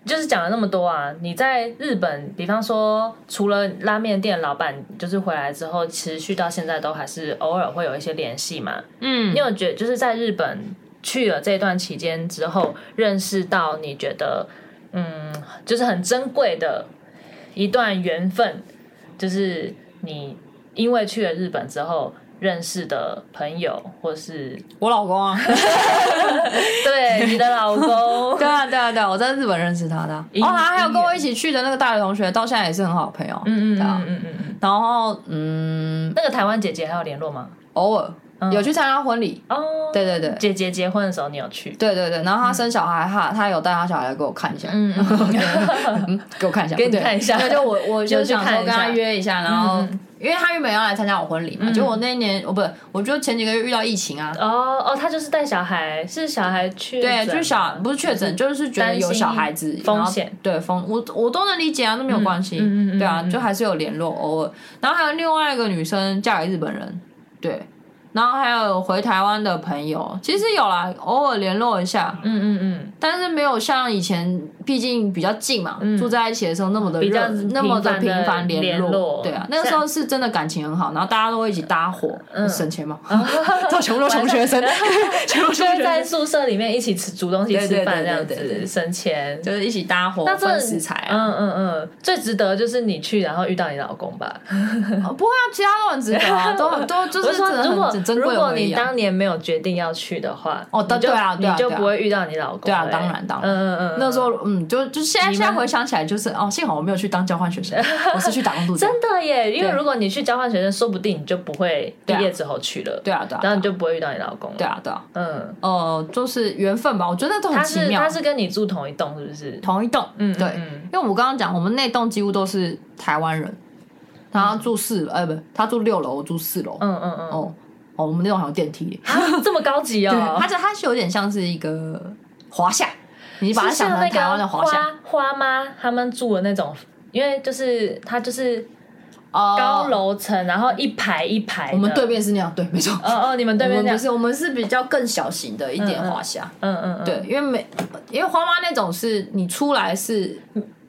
S1: 就是讲了那么多啊。你在日本，比方说，除了拉面店老板，就是回来之后，持续到现在都还是偶尔会有一些联系嘛。
S2: 嗯
S1: 你，有觉就是在日本去了这段期间之后，认识到你觉得嗯，就是很珍贵的一段缘分，就是你因为去了日本之后。认识的朋友，或是
S2: 我老公啊，
S1: 对你的老 公，
S2: 对啊，对啊，对啊，我在日本认识他的啊，
S1: 姻
S2: 哦，他还有
S1: 姻
S2: 跟我
S1: 缘
S2: 一起去的那个大学同学，到现在也是很好的朋友，
S1: 嗯嗯
S2: 对啊
S1: 嗯，嗯嗯嗯，
S2: 然后嗯，
S1: 那个台湾姐姐还有联络吗？
S2: 偶尔
S1: 嗯
S2: 有去参加婚礼，
S1: 哦，
S2: 对对对。
S1: 姐姐结婚的时候你有去？
S2: 对对对，然后他生小孩，他他有带他小孩来给我看一下，
S1: 嗯，
S2: 嗯， 给我看一下，
S1: 给你
S2: 对
S1: 看一下
S2: 对，就我 我
S1: 就
S2: 就是想说
S1: 看一
S2: 跟
S1: 下嗯
S2: 他约一下，然后因为他原本要来参加我婚礼嘛，结果我那一年哦不，我就前几个月遇到疫情啊，
S1: 哦哦，她就是带小孩，是小孩去诊吗，
S2: 对，就是小不是确诊，就是觉得
S1: 担
S2: 有
S1: 心
S2: 小孩子
S1: 风
S2: 然后
S1: 险，
S2: 对风我我都能理解啊，都没有关系，
S1: 嗯嗯嗯
S2: 对啊
S1: 嗯，嗯
S2: 就还是有联络偶尔。然后还有另外一个女生嫁给日本人，对，然后还有回台湾的朋友，其实有啦，偶尔联络一下，
S1: 嗯嗯嗯，
S2: 但是没有像以前，毕竟比较近嘛，住在一起的时候那么的
S1: 比较
S2: 热，那么的
S1: 频
S2: 频
S1: 繁地
S2: 繁
S1: 联
S2: 络，
S1: 络
S2: 对啊，那个时候是真的感情很好，然后大家都会一起搭伙、
S1: 嗯
S2: 省 钱嘛，都全部都穷学生，全部都 穷
S1: 就
S2: 学
S1: 是
S2: 生
S1: 在。宿舍里面一起吃煮东西
S2: 对对
S1: 吃饭
S2: 对
S1: 这样
S2: 对对
S1: 子
S2: 对
S1: 省钱。
S2: 就是一起搭伙
S1: 那
S2: 分
S1: 这
S2: 食材啊，
S1: 嗯嗯嗯，最值得就是你去，然后遇到你老公吧。
S2: 哦不会啊，其他都很值得啊， 都很都就
S1: 嗯我
S2: 是
S1: 是说，
S2: 真的
S1: 如果
S2: 很很珍
S1: 如
S2: 贵的
S1: 果
S2: 回
S1: 你
S2: 忆啊。
S1: 当年没有决定要去的话，
S2: 哦
S1: 你就
S2: 对啊对啊
S1: 你就
S2: 对啊
S1: 不会遇到你老公。
S2: 对啊
S1: 欸
S2: 当然当然
S1: 嗯嗯嗯，
S2: 那
S1: 嗯
S2: 时候，嗯，就就现在现在回想起来，就是哦，幸好我没有去当交换 学生，我是去打工度假。
S1: 真的耶，因为
S2: 对
S1: 如果你去交换学生，说不定你就不会毕
S2: 对啊
S1: 业之后去了，
S2: 对啊，对
S1: 然
S2: 啊，对
S1: 后
S2: 啊
S1: 你就不会遇到你老公了。
S2: 对啊，对啊，
S1: 嗯，
S2: 呃，就是缘分吧，我觉得都
S1: 他
S2: 很奇
S1: 是
S2: 妙
S1: 他。是跟你住同一栋，是不是？
S2: 同一栋，
S1: 嗯，
S2: 对，
S1: 嗯
S2: 因为我刚刚讲，我们那栋几乎都是台湾人，他住四楼，哎，不，他住六楼，我住四楼。
S1: 嗯嗯嗯嗯，
S2: 哦哦，我们那栋还有 电梯，
S1: 啊这么高级
S2: 对，
S1: 哦
S2: 它。就它是有点像是一个华夏，你把它
S1: 是
S2: 想
S1: 像那
S2: 成
S1: 个
S2: 台湾的华夏，
S1: 花花妈他们住的那种，因为就是它就是
S2: 哦
S1: 高楼层，然后一排一排的。
S2: 我们对面是那样，对，没错。
S1: 哦哦，你们对
S2: 我
S1: 面这
S2: 们不
S1: 样，
S2: 是，我们是比较更小型的一点华夏，
S1: 嗯嗯嗯，
S2: 对，因为每因为花妈那种是你出来是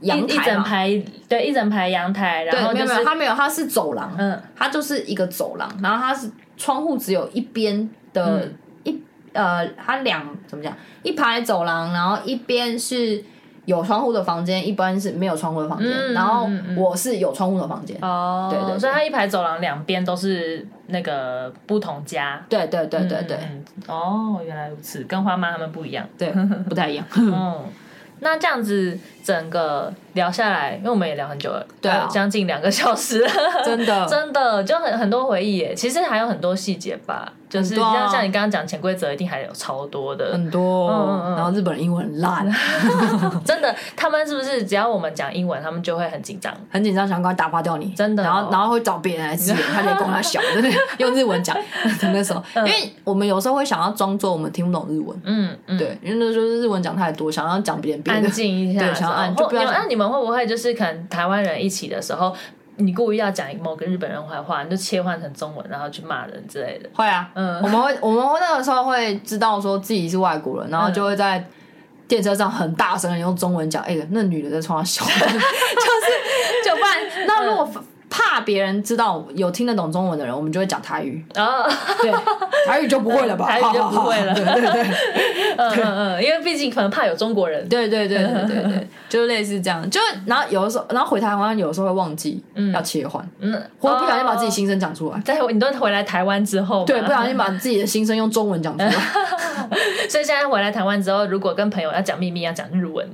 S1: 一
S2: 阳
S1: 一
S2: 台
S1: 整
S2: 嘛，
S1: 排对一整排阳台，然
S2: 对，
S1: 后
S2: 没
S1: 就
S2: 有没
S1: 是
S2: 有，它没有，它是走廊，
S1: 嗯
S2: 它就是一个走廊，然后它是窗户只有一边的、
S1: 嗯
S2: 一呃，它两怎么讲？一排走廊，然后一边是有窗户的房间，一边是没有窗户的房间。
S1: 嗯
S2: 然后
S1: 嗯嗯
S2: 我是有窗户的房间。
S1: 哦，
S2: 对对对
S1: 所以它一排走廊两边都是那个不同家，
S2: 对对对对对、
S1: 嗯，嗯哦，原来如此，跟花妈他们不一样。
S2: 对，不太一 样。
S1: 嗯，那这样子整个聊下来，因为我们也聊很久了，
S2: 对啊
S1: 呃将近两个小时了，
S2: 真的
S1: 真的就很很多回忆耶。其实还有很多细节吧，就是
S2: 很多
S1: 像、
S2: 啊
S1: 像你刚刚讲潜规则，一定还有超多的。
S2: 很多，
S1: 嗯嗯
S2: 然后日本人英文很烂，
S1: 真的，他们是不是只要我们讲英文，他们就会很紧张？
S2: 很紧张，想赶快打发掉你，
S1: 真的哦
S2: 然后然后会找别人 来支援，他在跟他小，真的用日文讲。那时候，因为我们有时候会想要装作我们听不懂日文，
S1: 嗯嗯，
S2: 对，因为那就是日文讲太多，想要讲别人别
S1: 安
S2: 的。
S1: 静一下的
S2: 对
S1: 时
S2: 想
S1: 候，
S2: 要安
S1: 或
S2: 就不要
S1: 你们
S2: 讲
S1: 那你们会不会就是可能台湾人一起的时候，你故意要讲某个日本人坏话，你就切换成中文，然后去骂人之类的？
S2: 会啊，
S1: 嗯嗯
S2: 我们会，我们那个时候会知道说自己是外国人，然后就会在电车上很大声的用中文讲，哎、那女的在冲他笑， 就是就不 然，那如果
S1: 嗯
S2: 怕别人知道有听得懂中文的人，我们就会讲台语，
S1: 然后
S2: 对，台语就不会了吧？
S1: 台语就不会了
S2: 对对对
S1: 嗯嗯嗯， 因为毕竟可能怕有中国人，
S2: 对对对对对 对，就类似这样，就然后有的时候，然后回台湾有的时候会忘记要切换，
S1: 嗯，
S2: 或不小心把自己
S1: 哦。
S2: 心声讲出来。
S1: 在你都回来台湾之后嘛，
S2: 对，不小心把自己的心声用中文讲出来。
S1: 所以现在回来台湾之后，如果跟朋友要讲秘密，要讲日文。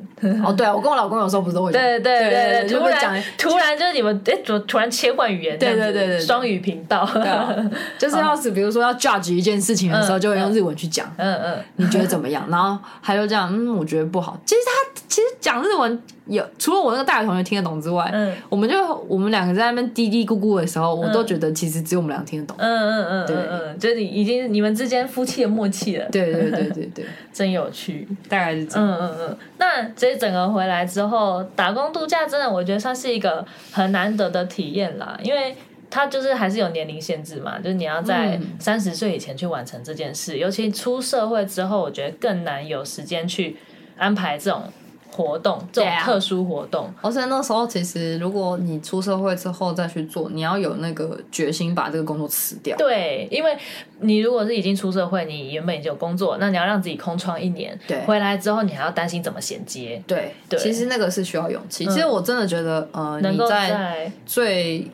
S2: 哦，对啊，我跟我老公有时候不是都会讲，
S1: 对对
S2: 对
S1: 对
S2: 就
S1: 突
S2: 会 讲
S1: 然，突然就是你们哎，怎么突然切换语言？
S2: 对
S1: 这样子
S2: 对对对对
S1: 双语频道。
S2: 对啊
S1: 嗯
S2: 就是要是比如说要 judge 一件事情的时候，
S1: 嗯
S2: 就会用日文去讲。
S1: 嗯
S2: 你觉得怎么样？然后他就这样，嗯，我觉得不好。其实他其实讲日文有，除了我那个大学同学听得懂之外，
S1: 嗯
S2: 我们就我们两个在那边嘀嘀咕咕的时候，我都觉得其实只有我们俩听得懂
S1: 嗯。嗯嗯嗯嗯，就是你已经你们之间夫妻的默契了，
S2: 对对对对对，
S1: 真有趣。
S2: 大概是这样。
S1: 嗯嗯嗯，那这整个回来之后，打工度假真的我觉得算是一个很难得的体验啦，因为。它就是还是有年龄限制嘛，就是你要在
S2: 嗯
S1: 三十岁以前去完成这件事，尤其出社会之后，我觉得更难有时间去安排这种活动，这种
S2: 对啊
S1: 特殊活动。
S2: 而且哦那时候，其实如果你出社会之后再去做，你要有那个决心把这个工作辞掉。
S1: 对，因为你如果是已经出社会，你原本已经有工作，那你要让自己空窗一年，
S2: 对
S1: 回来之后你还要担心怎么衔接，
S2: 对嗯
S1: 对
S2: 其实那个是需要勇气。其实我真的觉得，呃，
S1: 能
S2: 你
S1: 够
S2: 在
S1: 在
S2: 最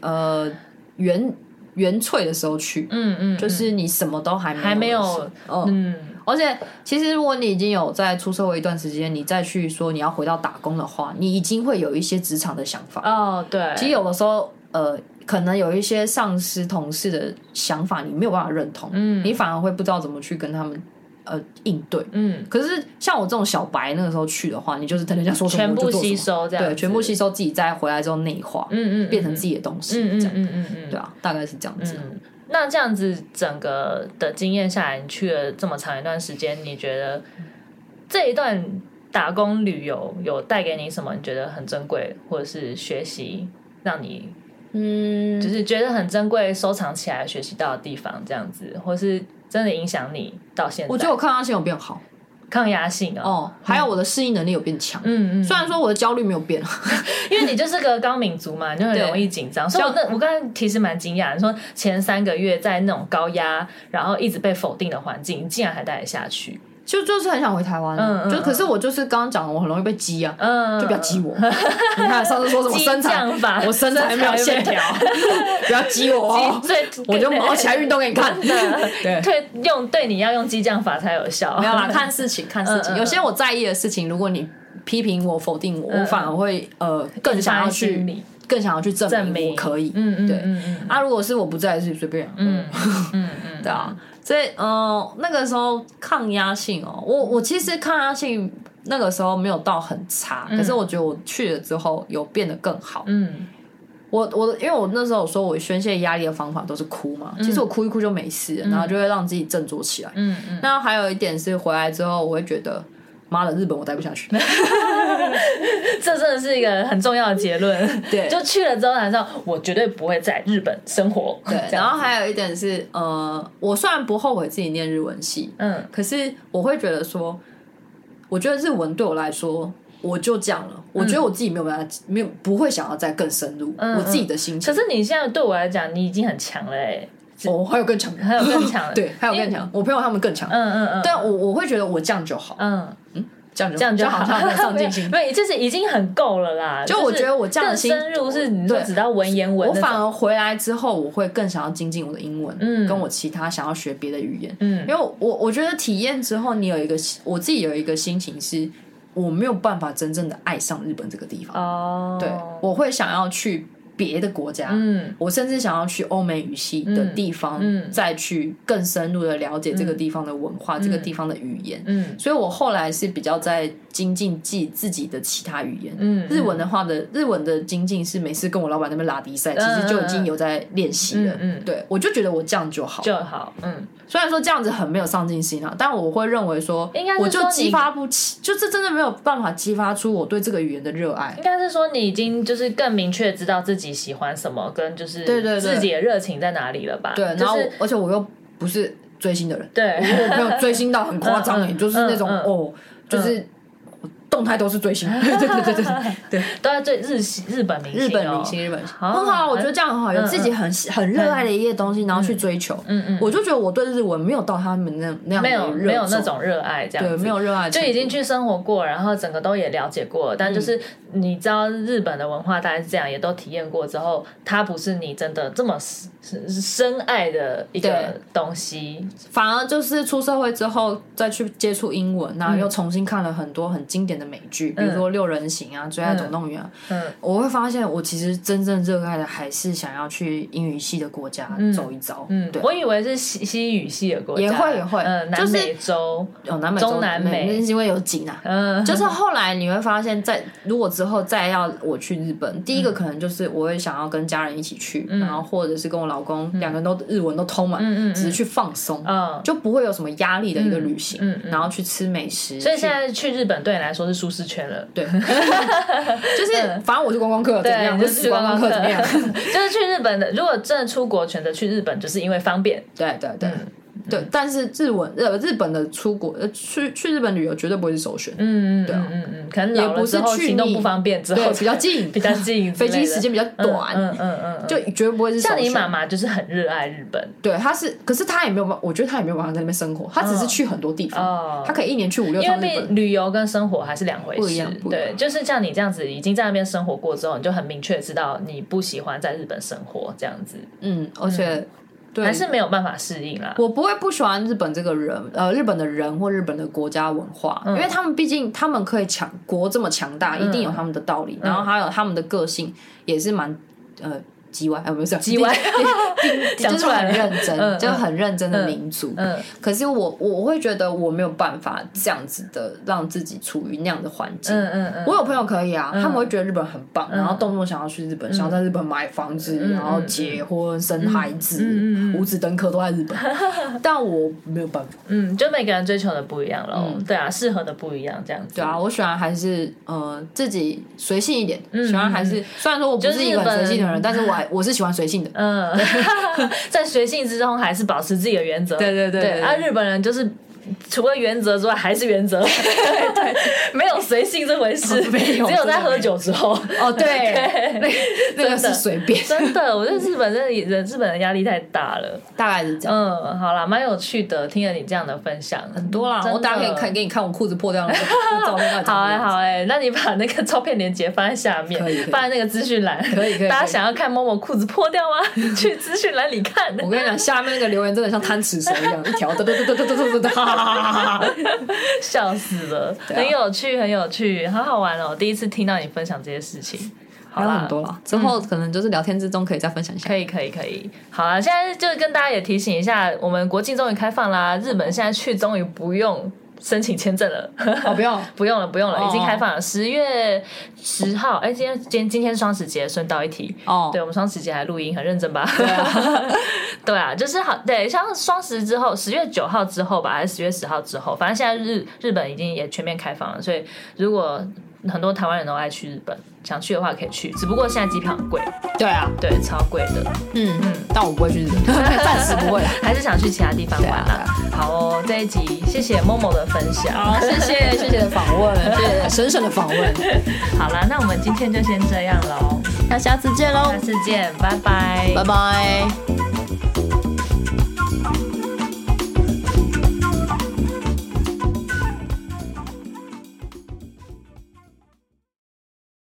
S2: 呃原原萃的时候去，
S1: 嗯嗯，
S2: 就
S1: 嗯
S2: 是你什么都还没
S1: 还没
S2: 没
S1: 有，
S2: 嗯。
S1: 嗯
S2: 而且，其实如果你已经有在出社会一段时间，你再去说你要回到打工的话，你已经会有一些职场的想法。
S1: 哦对，
S2: 其实有的时候，呃，可能有一些上司、同事的想法，你没有办法认同，
S1: 嗯
S2: 你反而会不知道怎么去跟他们呃应对。
S1: 嗯，
S2: 可是像我这种小白，那个时候去的话，你就是等人家说什么
S1: 全
S2: 我
S1: 部
S2: 就做什
S1: 吸，
S2: 么
S1: 收这样，
S2: 对，全部吸，收，自己再回来之后内化，
S1: 嗯嗯，嗯
S2: 变成自，己的东西，
S1: 嗯嗯嗯
S2: 这样，
S1: 嗯嗯嗯，
S2: 对啊，大概是这样子。
S1: 嗯。那这样子整个的经验下来，你去了这么长一段时间，你觉得这一段打工旅游有带给你什么？你觉得很珍贵，或者是学习让你
S2: 嗯，
S1: 就是觉得很珍贵、收藏起来学习到的地方，这样子，或是真的影响你到现在？
S2: 我觉得我抗压性有变好
S1: 抗压性啊、
S2: 哦，还有我的适应能力有变强。
S1: 嗯嗯，
S2: 虽然说我的焦虑没有变，
S1: 因为你就是个高敏族嘛，你就很容易紧张。所以我那我刚才其实蛮惊讶，你说前三个月在那种高压，然后一直被否定的环境，你竟然还待得下去。
S2: 就就是很想回台湾啊，
S1: 嗯嗯
S2: 就
S1: 嗯
S2: 可是我就是刚刚讲的，我很容易被激啊，
S1: 嗯，
S2: 就不要激我。你看上次说什么
S1: 激
S2: 身材，
S1: 将法，
S2: 我身材没有线条， 不要激我哦，
S1: 最
S2: 我就毛 起来 运动给你看。 对，
S1: 对用对你要用激将法才有效。
S2: 没 有啦，看事情看事
S1: 嗯
S2: 情，
S1: 嗯
S2: 有些我在意的事情，如果你批评我、否定我，
S1: 嗯
S2: 我反而会呃更想要去，更想要去证
S1: 证
S2: 明
S1: 明
S2: 我可以。
S1: 嗯嗯
S2: 对
S1: 嗯嗯
S2: 啊，如果是我不在意的事情，随便啊。
S1: 嗯嗯嗯，
S2: 对啊，所以呃，那个时候抗压性哦，我我其实抗压性那个时候没有到很差，可是我觉得我去了之后有变得更好。
S1: 嗯
S2: 我我因为我那时候有说我宣泄压力的方法都是哭嘛，其实我哭一哭就没事了，然后就会让自己振作起来。
S1: 嗯嗯，
S2: 那还有一点是回来之后，我会觉得妈的，日本我待不下 去。
S1: 这真的是一个很重要的结论。
S2: 对
S1: 就去了之后，好像我绝对不会在日本生活。
S2: 对，
S1: 这样
S2: 然后还有一点是呃，我虽然不后悔自己念日文系，
S1: 嗯
S2: 可是我会觉得说，我觉得日文对我来说，我就这样了。我觉得我自己没有办法，没有不会想要再更深入、
S1: 嗯
S2: 我自己的心情
S1: 可。是你现在对我来讲，你已经很强了哎、
S2: 我、还有更强的，
S1: 还有更强的
S2: 对，还有更强。啊我朋友他们更强，
S1: 嗯嗯嗯，
S2: 但我我会觉得我这样就好，
S1: 嗯，
S2: 这样就
S1: 这样
S2: 就
S1: 好，
S2: 像在 上进心。
S1: 对，就是已经很够了啦。
S2: 就我觉得我这样的
S1: 是
S2: 心
S1: 更深入是，你说
S2: 对
S1: 只到文言文
S2: 我
S1: 那种，
S2: 反而回来之后，我会更想要精进我的英文，
S1: 嗯
S2: 跟我其他想要学别的语言，
S1: 嗯
S2: 因为我我觉得体验之后，你有一个我自己有一个心情是，我没有办法真正的爱上日本这个地方，
S1: 哦，
S2: 对，我会想要去别的国家，
S1: 嗯
S2: 我甚至想要去欧美语系的地方，
S1: 嗯嗯
S2: 再去更深入的了解这个地方的文化，这个地方的语言。
S1: 嗯
S2: 所以我后来是比较在精进自己自己的其他语言。
S1: 嗯，
S2: 日文的话的日文的精进是每次跟我老板那边拉低赛，其实就已经有在练习
S1: 嗯
S2: 了。
S1: 嗯嗯嗯
S2: 对我就觉得我这样就好，
S1: 就好，嗯，
S2: 虽然说这样子很没有上进心啊，但我会认为说，
S1: 应该是说
S2: 我就
S1: 你
S2: 激发不起，就是真的没有办法激发出我对这个语言的热爱
S1: 应。该是说你已经就是更明确知道自己喜欢什么，跟就是
S2: 对对对
S1: 自己的热情在哪里了吧？
S2: 对，
S1: 就
S2: 然后我、
S1: 是
S2: 而且我又不是追星的人，
S1: 对，
S2: 我没有追星到很夸张、
S1: 嗯
S2: 欸，
S1: 嗯
S2: 就是那种、
S1: 嗯嗯
S2: 哦，就是动态都是 最新，对对对对对对，
S1: 都要对日系日本明星哦、
S2: 日本明星，日本明星
S1: 好
S2: 很好，啊我觉得这样很好，有
S1: 嗯
S2: 自己很喜很热爱的一些东西，然后去追求。
S1: 嗯嗯，
S2: 我就觉得我对日文没有到他们那那样
S1: 没有
S2: 的热
S1: 没有那
S2: 衷
S1: 种热爱这样
S2: 对
S1: 子，
S2: 没有热爱
S1: 就
S2: 程
S1: 已经
S2: 度
S1: 去生活过，然后整个都也了解过了，但就是你知道日本的文化大概是这样，也都体验过之后，它不是你真的这么深深爱的一个
S2: 对
S1: 东西。
S2: 反而就是出社会之后再去接触英文，然后又重新看了很多很经典的美剧，比如说《六人行》啊，《最爱总动员》啊。
S1: 嗯
S2: 我会发现，我其实真正热爱的还是想要去英语系的国家走一遭。
S1: 嗯，
S2: 对，
S1: 我以为是西西语系的国家，
S2: 也会也会
S1: 嗯，南
S2: 就是
S1: 美洲，
S2: 有南美洲、
S1: 中南美
S2: 那是因为有景啊。
S1: 嗯，
S2: 就是后来你会发现在，如果之后再要我去日
S1: 嗯
S2: 本，第一个可能就是我会想要跟家人一起去，然后或者是跟我老公两个人都日文都通嘛，
S1: 嗯嗯嗯嗯
S2: 只是去放松，
S1: 嗯。
S2: 就不会有什么压力的一个旅行，
S1: 嗯嗯嗯
S2: 然后去吃美食。
S1: 所以现在去日本对你来说是舒适圈了，
S2: 对，就是反正我是观光客，怎么样？
S1: 嗯对，
S2: 我
S1: 就是是
S2: 观 光客，怎么样？
S1: 就是去日本的。如果真的出国，选择去日本，就是因为方便。
S2: 对对对。
S1: 嗯
S2: 对，但是日文呃日本的出国呃去去日本旅游绝对不会是首选，
S1: 嗯嗯嗯嗯嗯，可能老
S2: 也
S1: 了
S2: 不
S1: 之
S2: 是
S1: 后
S2: 去
S1: 行动
S2: 你
S1: 不方便，之后
S2: 对，比较 近，
S1: 比较近之
S2: 飞
S1: 类的，
S2: 机时间比较短，
S1: 嗯嗯嗯嗯，
S2: 就绝对不会是首
S1: 像
S2: 选。
S1: 你妈妈就是很热爱日本，
S2: 对，她是，可是她也没有办法，我觉得她也没有办法在那边生活，她只是去很多地
S1: 哦
S2: 方，她可以一年去五六
S1: 因为
S2: 趟日
S1: 旅
S2: 本。
S1: 旅游跟生活还是两回
S2: 不一
S1: 事
S2: 样。不一
S1: 对，
S2: 样
S1: 就是像你这样子已经在那边生活过之后，你就很明确知道你不喜欢在日本生活这样子，
S2: 嗯，而且对
S1: 还，是没有办法适应啦。
S2: 我不会不喜欢日本这个人，呃，日本的人或日本的国家文化，
S1: 嗯
S2: 因为他们毕竟他们可以强国这么强大，一定有他们的道理，
S1: 嗯
S2: 然后还有他们的个性也是蛮呃叽歪，呃不是叽
S1: 歪，
S2: 就
S1: 讲
S2: 是
S1: 出来
S2: 很
S1: 了
S2: 认真，
S1: 嗯
S2: 就很认真的民族。
S1: 嗯
S2: 可是我我会觉得我没有办法这样子的让自己处于那样的环境。
S1: 嗯嗯嗯，
S2: 我有朋友可以啊，他们会觉得日本很棒，然后动不动想要去日本，想要在日本买房子，然后结婚、生孩子，五子登科都在日本。但我没有办法，
S1: 嗯，就每个人追求的不一样喽。对啊，适合的不一样，这样子。
S2: 对啊，我喜欢还是呃自己随性一点，喜欢还是虽然说我不是一
S1: 就是日
S2: 个很
S1: 本
S2: 随性的人，但是我还我是喜欢随性的。
S1: 嗯， 在随性之中还是保持自己的原则。
S2: 对对对
S1: 对
S2: 对
S1: 啊，日本人就是除了原则之外还是原 则，对，没有随性这回事，
S2: 哦没有
S1: 只有在喝酒之后。
S2: 哦， 对，那那个
S1: 真
S2: 是
S1: 的
S2: 随便，
S1: 真的，我觉得日本真的人日本的压力太大了。
S2: 大概是这样。
S1: 嗯，好啦，蛮有趣的，听了你这样的分享，很
S2: 多啦，我打
S1: 打
S2: 给你看，。给你看我裤子破掉了，那照片到底长什
S1: 好
S2: 么
S1: 哎、
S2: 样子
S1: 好哎、那你把那个照片链接放在下面
S2: 可以可，以
S1: 放在那个资讯栏。
S2: 可以可以可以
S1: 大家想要看某某裤子破掉 吗？去资讯栏里看。
S2: 我跟你讲，下面那个留言真的像贪吃蛇一样，一条哒哒哒哒哒哒哒哒，哈哈哈哈哈哈。
S1: 笑死了，
S2: 对啊
S1: 很有趣，很有趣，好好玩哦！第一次听到你分享这些事情，好
S2: 还有
S1: 啦，
S2: 很多啦，之后可能就是聊天之中可以再分享一下。
S1: 可以，可以，可以。好啊，现在就是跟大家也提醒一下，我们国境终于开放啦，日本现在去终于不用申请签证了，
S2: 哦，不用，
S1: 不用了，不用了，
S2: 哦
S1: 已经开放了。十月十号，哎，今天今天今天双十节，顺道一提，
S2: 哦
S1: 对我们双十节还录音，很认真吧？
S2: 对啊
S1: 对啊，就是好，对，像双十之后，十月九号之后吧，还是十月十号之后，反正现在日日本已经也全面开放了，所以如果很多台湾人都爱去日本，想去的话可以去，只不过现在机票很贵，
S2: 对啊，
S1: 对，超贵的。
S2: 嗯嗯，但我不会去 日本，暂时不会。
S1: 还是想去其他地方玩啦。好哦，这一集谢谢 Momo 的分享。
S2: 啊好，谢谢谢谢的访问，谢谢神圣的访问，
S1: 好啦，那我们今天就先这样喽，
S2: 那下次见喽
S1: 下，次见，拜拜，
S2: 拜拜。